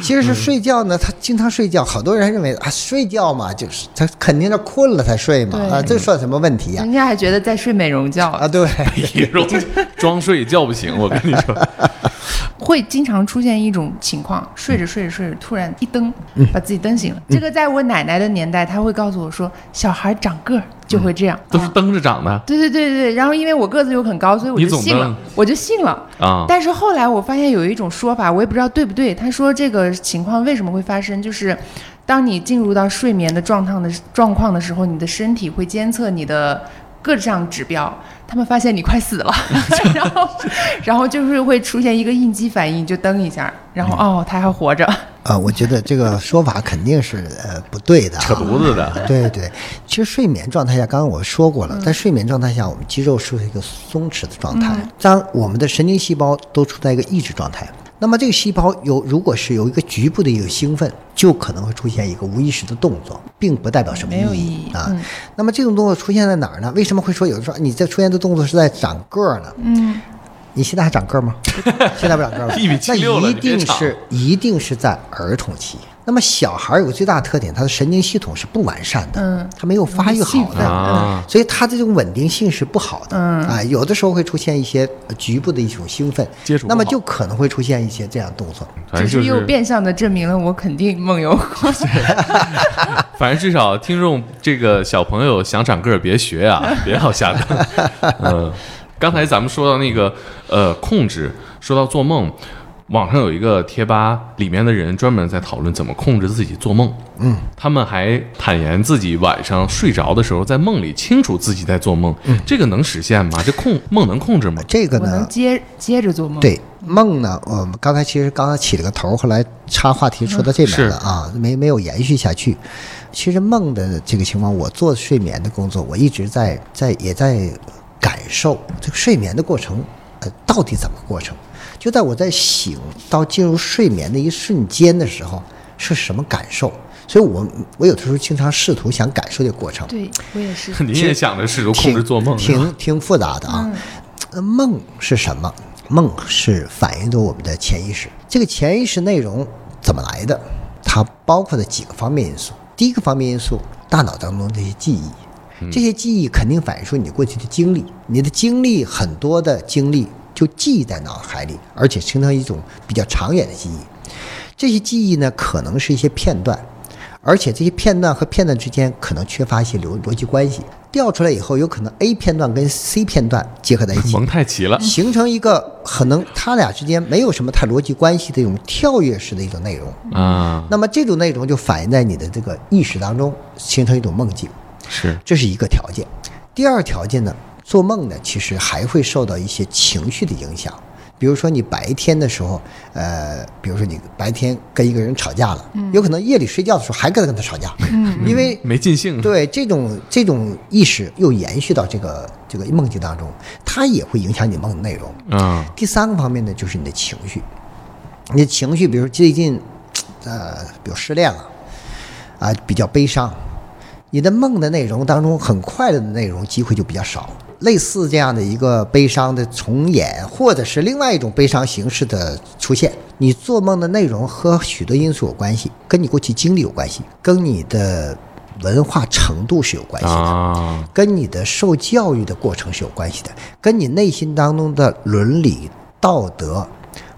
其
嗯
实是睡觉呢，他经常睡觉，好多人认为啊，睡觉嘛，就是他肯定是困了才睡嘛，
对嗯
啊，这算什么问题呀、
人家还觉得在睡美容觉，
啊，对，
也容易装睡也叫不醒，我跟你说，
会经常出现一种情况，睡
嗯
着睡着睡着，突然一蹬，把自己蹬醒了。这个在我奶奶的年代，她会告诉我说，小孩长个儿就会这样。
都是蹬着长的
对对对对，然后因为我个子又很高，所以我
你
就
总
信了
蹬，
我就信了。
啊。
但是后来我发现有一种说法，我也不知道对不对。他说这个情况为什么会发生，就是当你进入到睡眠的状况的状况的时候，你的身体会监测你的各项指标，他们发现你快死了，然后然后就是会出现一个应激反应，就蹬一下，然后哦他还活着，
啊，我觉得这个说法肯定是呃不对的、啊，
扯犊子的，
对对，其实睡眠状态下，刚刚我说过
嗯
了，在睡眠状态下，我们肌肉是一个松弛的状态，
嗯
当我们的神经细胞都处在一个抑制状态。那么这个细胞有，如果是有一个局部的一个兴奋，就可能会出现一个无意识的动作，并不代表什么
没有
意
意义嗯
啊。那么这种动作出现在哪儿呢？为什么会说有人说你这出现的动作是在长个儿呢？
嗯，
你现在还长个儿
*laughs*
吗？现在不长个儿
*laughs*
了，
一米七六
那
了
一
你别
定
长
是一定是在儿童期。那么小孩儿有个最大的特点，他的神经系统是不完善的，
嗯
他没有发育好
容易兴奋
的，嗯
啊
所以他这种稳定性是不好的，嗯啊，有的时候会出现一些呃局部的一种兴奋
接触不
那么
好
就可能会出现一些这样的动作。
反
只
正就是
又
是，
变相的证明了我肯定梦游过，
反正至少听众这个小朋友想长个儿别学啊，别老瞎整。嗯，刚才咱们说到那个呃控制，说到做梦，网上有一个贴吧，里面的人专门在讨论怎么控制自己做梦。嗯，他们还坦言自己晚上睡着的时候在梦里清楚自己在做梦，
嗯
这个能实现吗？这控梦能控制
*laughs*
吗？
这个
我能
呢，
接接着
嗯
做梦。，
对梦呢，我们刚才其实刚刚起了个头，后来插话题说到这边了啊，没没有延续下去。其实梦的这个情况，我做睡眠的工作，我一直在在也在感受这个睡眠的过程，呃，到底怎么过程？就在我在醒到进入睡眠的一瞬间的时候，是什么感受？所以我我有的时候经常试图想感受这个过程，
对我
*laughs*
也是。
你也想着试图控
挺
制做梦是吧，嗯
挺挺复杂的
嗯
啊。那梦是什么？梦是反映着我们的潜意识。这个潜意识内容怎么来的？它包括的几个方面因素。第一个方面因素，大脑当中这些记忆，这些记忆肯定反映出你过去的经历。你的经历很多的经历就记忆在脑海里，而且形成一种比较长远的记忆。这些记忆呢，可能是一些片段，而且这些片段和片段之间可能缺乏一些逻逻辑关系。调出来以后，有可能 A 片段跟 C 片段结合在一起，
蒙太奇了。
形成一个可能它俩之间没有什么太逻辑关系的一种跳跃式的一种内容。
啊，
那么这种内容就反映在你的这个意识当中，形成一种梦境。
是
这是一个条件。第二条件呢，做梦呢，其实还会受到一些情绪的影响。比如说你白天的时候，呃，比如说你白天跟一个人吵架了，有可能夜里睡觉的时候还跟他跟他吵架，因为
没尽
嗯
兴。
对这种这种意识又延续到这个这个梦境当中，它也会影响你梦的内容。
啊，
第三个方面呢，就是你的情绪，你的情绪，比如最近，呃，比如失恋了，啊、比较悲伤，你的梦的内容当中，很快乐的内容机会就比较少。类似这样的一个悲伤的重演，或者是另外一种悲伤形式的出现，你做梦的内容和许多因素有关系，跟你过去经历有关系，跟你的文化程度是有关系的。
啊，
跟你的受教育的过程是有关系的，跟你内心当中的伦理、道德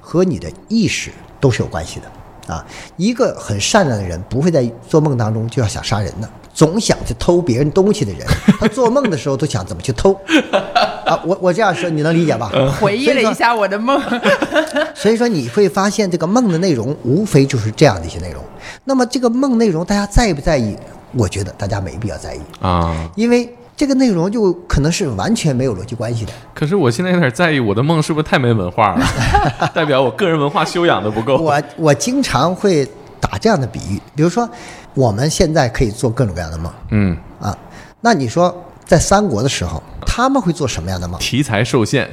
和你的意识都是有关系的啊。一个很善良的人，不会在做梦当中就要想杀人的，总想去偷别人东西的
*laughs*
人，他做梦的时候都想怎么去偷啊。我我这样说，你能理解吧？
嗯回忆了一下我的梦，
所以说你会发现这个梦的内容无非就是这样的一些内容。那么这个梦内容大家在不在意？我觉得大家没必要在意
啊！
因为这个内容就可能是完全没有逻辑关系的。
可是我现在有点在意我的梦是不是太没文化了， *laughs* 代表我个人文化修养的不
哦
够。
我我经常会打这样的比喻，比如说我们现在可以做各种各样的梦
嗯，
啊，那你说在三国的时候，他们会做什么样的梦？
题材受限，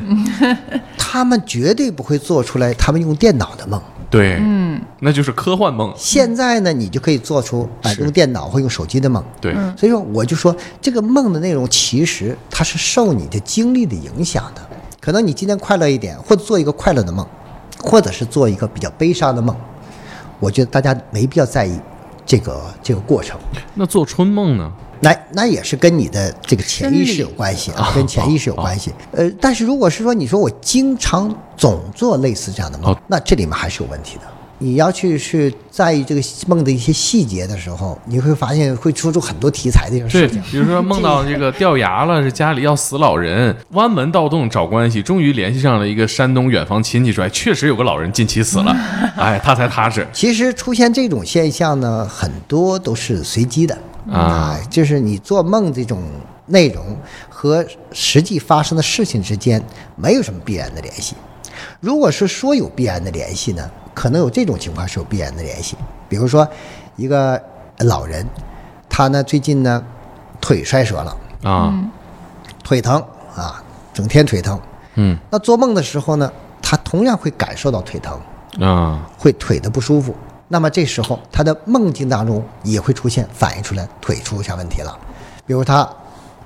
他们绝对不会做出来他们用电脑的梦。
对，嗯，那就是科幻梦，
现在呢，你就可以做出啊、用电脑或用手机的梦。
对，
所以说，我就说这个梦的内容其实它是受你的经历的影响的。可能你今天快乐一点，或者做一个快乐的梦，或者是做一个比较悲伤的梦。我觉得大家没必要在意这个这个过程，
那做春梦呢？
那那也是跟你的这个潜意识有关系啊，跟潜意识有关系。呃，但是如果是说你说我经常总做类似这样的梦
哦，
那这里面还是有问题的。你要去是在意这个梦的一些细节的时候，你会发现会说出很多题材的一种
对，
事情。
比如说梦到这个掉牙了，是家里要死老人，弯门盗洞找关系，终于联系上了一个山东远房亲戚，说哎确实有个老人近期死 *laughs* 了，哎，他才踏实。
其实出现这种现象呢，很多都是随机的
啊，
就是你做梦这种内容和实际发生的事情之间没有什么必然的联系。如果是说有必然的联系呢，可能有这种情况是有必然的联系，比如说一个老人，他呢最近呢腿摔折了，
啊，
腿疼啊，整天腿疼。
嗯
那做梦的时候呢，他同样会感受到腿疼。
啊，
会腿的不舒服。那么这时候他的梦境当中也会出现反映出来腿出现问题了，比如他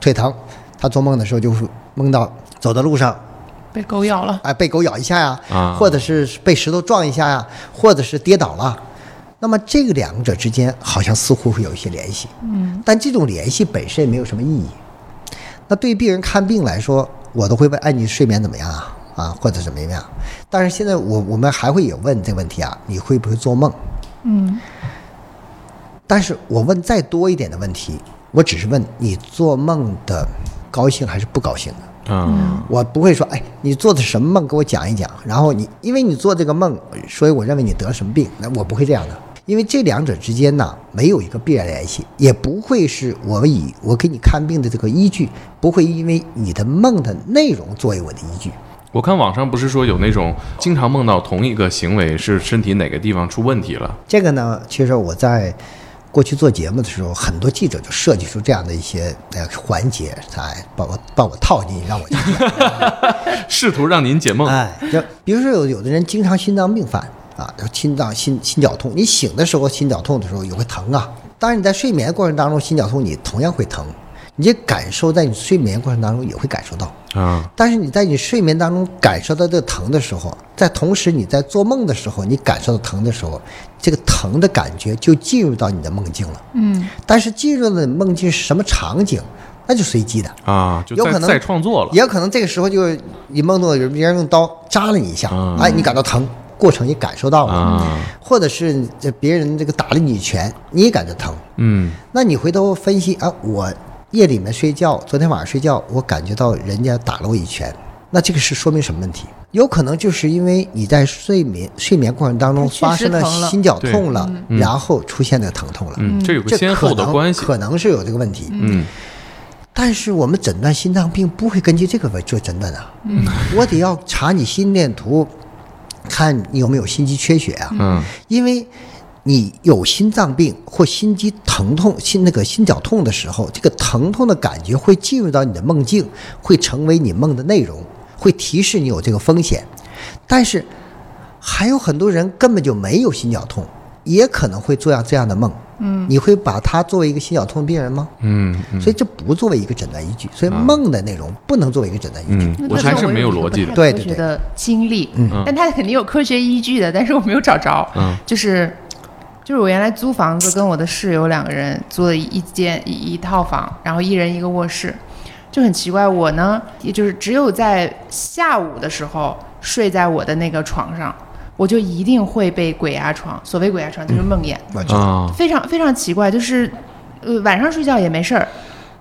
腿疼，他做梦的时候就会梦到走在路上，
*laughs* 被狗咬了。
哎，被狗咬一下呀，
啊
或者是被石头撞一下呀，或者是跌倒了。那么这个两者之间好像似乎会有一些联系，嗯，但这种联系本身也没有什么意义。那对于病人看病来说，我都会问：哎，你睡眠怎么样啊？啊，或者怎么样？但是现在我我们还会有问这个问题啊，你会不会做梦？
嗯，
但是我问再多一点的问题，我只是问你做梦的高兴还是不高兴的。
嗯
我不会说，哎，你做的什么梦，给我讲一讲。然后你，因为你做这个梦，所以我认为你得了什么病。那我不会这样的，因为这两者之间呢，没有一个必然联系，也不会是我以我给你看病的这个依据，不会因为你的梦的内容作为我的依据。
我看网上不是说有那种经常梦到同一个行为是身体哪个地方出问题了，
这个呢，其实我在过去做节目的时候，很多记者就设计出这样的一些呃环节，哎，把我把我套进去，让我去
试图让您解
*laughs*
梦。
哎，就比如说有有的人经常心脏病犯啊，就心脏心心绞痛，你醒的时候心绞痛的时候也会疼啊。当然你在睡眠过程当中心绞痛，你同样会疼，你这感受在你睡眠过程当中也会感受到。
啊，
但是你在你睡眠当中感受到这个疼的时候，在同时你在做梦的时候，你感受到疼的时候，这个疼的感觉就进入到你的梦境了。嗯，但是进入了你梦境是什么场景，那就随机的。
啊，就
有
再
可能
再创作了。
也有可能这个时候就是你梦中有别人用刀扎了你一下，
嗯
哎，你感到疼，过程也感受到了，
啊
或者是这别人这个打了你一拳，你也感觉疼。
嗯
那你回头分析啊，我夜里面睡觉，昨天晚上睡觉，我感觉到人家打了我一拳，那这个是说明什么问题？有可能就是因为你在睡眠睡眠过程当中
它确
发生
实
了
疼了
心绞痛了，然后出现的疼痛了。
嗯，这有个
这
先
可
后的
能
关系。
可能是有这个问题。
嗯，
但是我们诊断心脏病不会根据这个为做诊断的，嗯，我得要查你心电图，看你有没有心肌缺血啊，
嗯，
因为你有心脏病或心肌疼痛、心那个心绞痛的时候，这个疼痛的感觉会进入到你的梦境，会成为你梦的内容，会提示你有这个风险。但是还有很多人根本就没有心绞痛，也可能会做样这样的梦，嗯，你会把它作为一个心绞痛病人吗？
嗯，啊
所以这不作为一个诊断依据，所以梦的内容不能作为一个诊断依据。
嗯，我还是没有逻辑的。
对
科
对嗯
学
对
的经历，但它肯定有科学依据的，但是我没有找着。
嗯
就是就是我原来租房子，跟我的室友两个人租了一间一一套房，然后一人一个卧室，就很奇怪。我呢，也就是只有在下午的时候睡在我的那个床上，我就一定会被鬼压床。所谓鬼压床，就是梦魇。
我知道
啊，
非常非常奇怪，就是呃晚上睡觉也没事儿，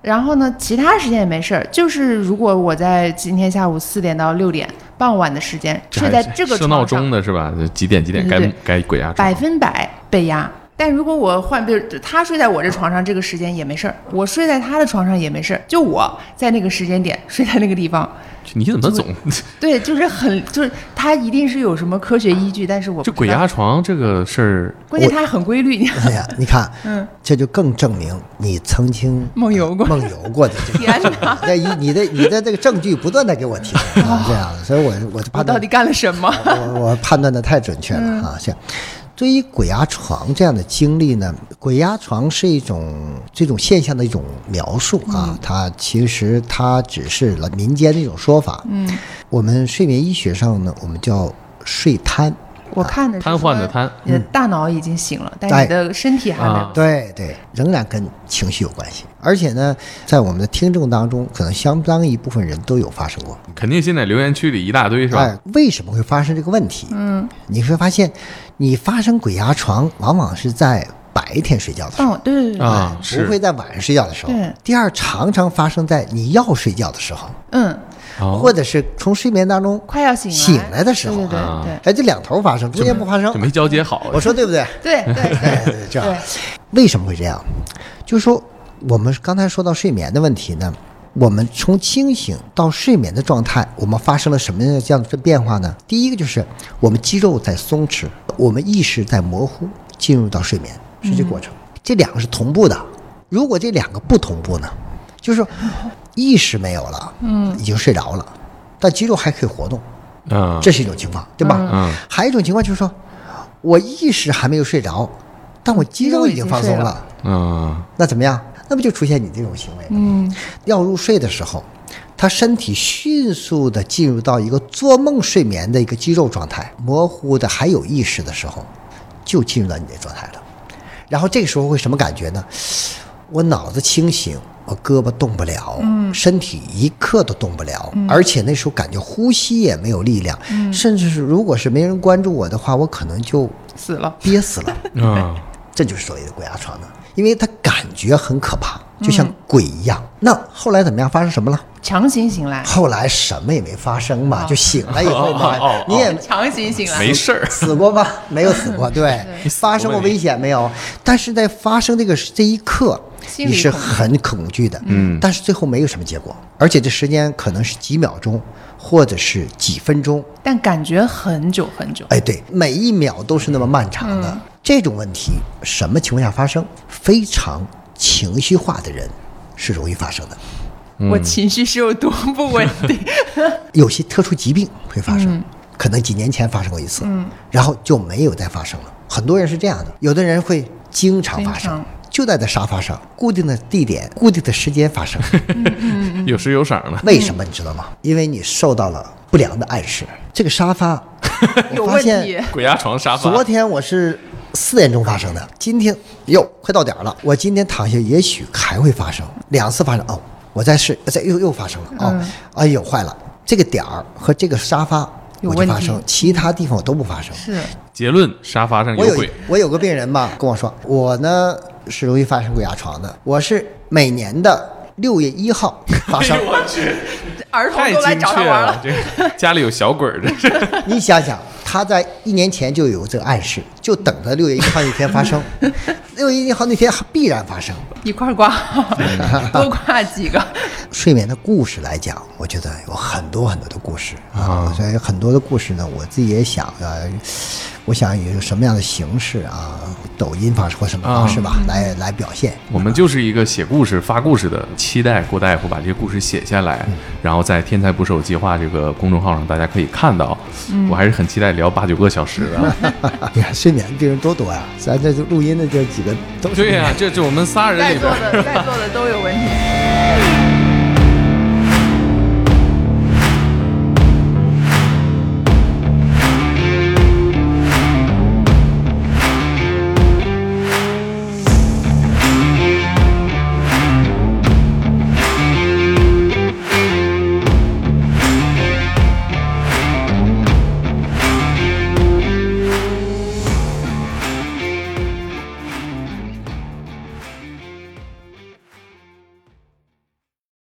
然后呢其他时间也没事儿，就是如果我在今天下午四点到六点傍晚的时间睡在这个
设
床
闹
上，嗯
钟的是吧？就几点几点该
对对对
该鬼压床
百？分百被压。但如果我换，比如他睡在我这床上，这个时间也没事儿；我睡在他的床上也没事儿。就我在那个时间点睡在那个地方，
你怎么总
对，就是很，就是他一定是有什么科学依据，但是我不
就
知
鬼
道
压，床这个事儿？
关键他还很规律，你
哎呀，你看，
嗯，
这就更证明你曾经
梦游过
梦游过的这个
天哪，
*laughs* 那一你的你的这个证据不断的给我提供啊这样，所以我我就
*laughs* 我
判
到
断
底干了什么？
我 *laughs* 我判断的太准确了啊！是，对于鬼压床这样的经历呢，鬼压床是一种这种现象的一种描述啊，它其实它只是了民间的一种说法。嗯，我们睡眠医学上呢，我们叫睡瘫。
我看的是
瘫
说
痪的瘫
你的大脑已经醒了，但
嗯哎
你的身体还没
啊
有。
对对，仍然跟情绪有关系，而且呢，在我们的听众当中，可能相当一部分人都有发生过。
肯定现在留言区里一大堆是吧啊
哎？，为什么会发生这个问题？嗯，你会发现，你发生鬼压床，往往是在白天睡觉的时候，
哦，对对对，对
啊，
哎不会
是
在晚上睡觉的时候
对。
第二，常常发生在你要睡觉的时候，
嗯，
哦
或者是从睡眠当中
快要醒来
醒来的时候
对对
啊
对
哎，这两头发生，中间不发生
就。没交接好
我。说对不对？
对对对对
哎，对 *laughs* 这样
对，
为什么会这样？就是说，我们刚才说到睡眠的问题呢，我们从清醒到睡眠的状态，我们发生了什么样的变化呢？第一个就是我们肌肉在松弛，我们意识在模糊，进入到睡眠是这过程。
嗯
这两个是同步的，如果这两个不同步呢，就是说意识没有了，嗯，已经睡着了，但肌肉还可以活动，
嗯，
这是一种情况，对吧？
嗯
还有一种情况就是说，我意识还没有睡着，但我肌肉已经放松
肌肉已
了
经睡了，
嗯
那怎么样？那不就出现你这种行为吗？
嗯，
要入睡的时候，他身体迅速的进入到一个做梦睡眠的一个肌肉状态，模糊的还有意识的时候，就进入到你的状态了。然后这个时候会什么感觉呢？我脑子清醒，我胳膊动不了，身体一刻都动不了，而且那时候感觉呼吸也没有力量，甚至是如果是没人关注我的话，我可能就
死了，
憋死了。
嗯，
*laughs* 这就是所谓的鬼压床呢，因为他感觉很可怕，就像鬼一样。
嗯
那后来怎么样？发生什么了？
强行醒来，
后来什么也没发生
哦
嘛，就醒了以后嘛，你也
强行醒来，
没事儿。
死过吗？没有死过，对，发生过危险没有？但是在发生这个这一刻，
心里
你是
恐惧
很恐惧的，嗯，但是最后没有什么结果，而且这时间可能是几秒钟，或者是几分钟，
但感觉很久很久。
哎，对，每一秒都是那么漫长
嗯
的。这种问题什么情况下发生？非常情绪化的人是容易发生的，
嗯
我情绪是有多不稳定？
有些特殊疾病会发
嗯
生，可能几年前发生过一次，然后就没有再发生了。很多人是这样的，有的人会经常发
经
生
常。
就在这沙发上，固定的地点、固定的时间发
*laughs*
生，
嗯
*laughs* 有时有赏的，
为什么你知道吗？因为你受到了不良的暗示。这个沙发，
有
*laughs* 我发
问
现
题，
鬼压床沙
昨
发，
天我是四点钟发生的，今天哟快到点儿了，我今天躺下也许还会发生两次发生哦，我再试再又又发生了哦，
嗯
哎呦坏了，这个点儿和这个沙发
有
我就
问
发
题
生，其他地方我都不发生。
是
结论沙发上嗯
我
有
有一
鬼。，
我有个病人吧，跟我说我呢是容易发生鬼压床的，我是每年的六月一号发
*laughs*
生
哎我去，
儿
*laughs*
童
太
都来
精
找他
确
玩
了
了，，
这个家里有小鬼儿，这是
你想想，他在一年前就
*laughs*
有这个暗示，就等着六月一号那天发生。六月一号那天必然发生，
一块
*laughs*
儿挂，多挂几
*laughs*
个。
睡眠的故事来讲，我觉得有很多很多的故事啊，所以有很多的故事呢，我自己也想呃，我想有什么样的形式啊，抖音方式或什么方式吧，来来表 *laughs* 现。
我们就是一个写故事、发故事的，期待郭大夫把这些故事写下
嗯
来，然后在“天才捕手计划”这个公众号上，大家可以看到。
嗯
我还是很期待聊八九个小时啊
*laughs*
的。
你看 *laughs* 睡眠病人多多呀、咱这就录音的这几个都是
对呀、这这我们仨人
在
里
座
边，
的在座的都有问题。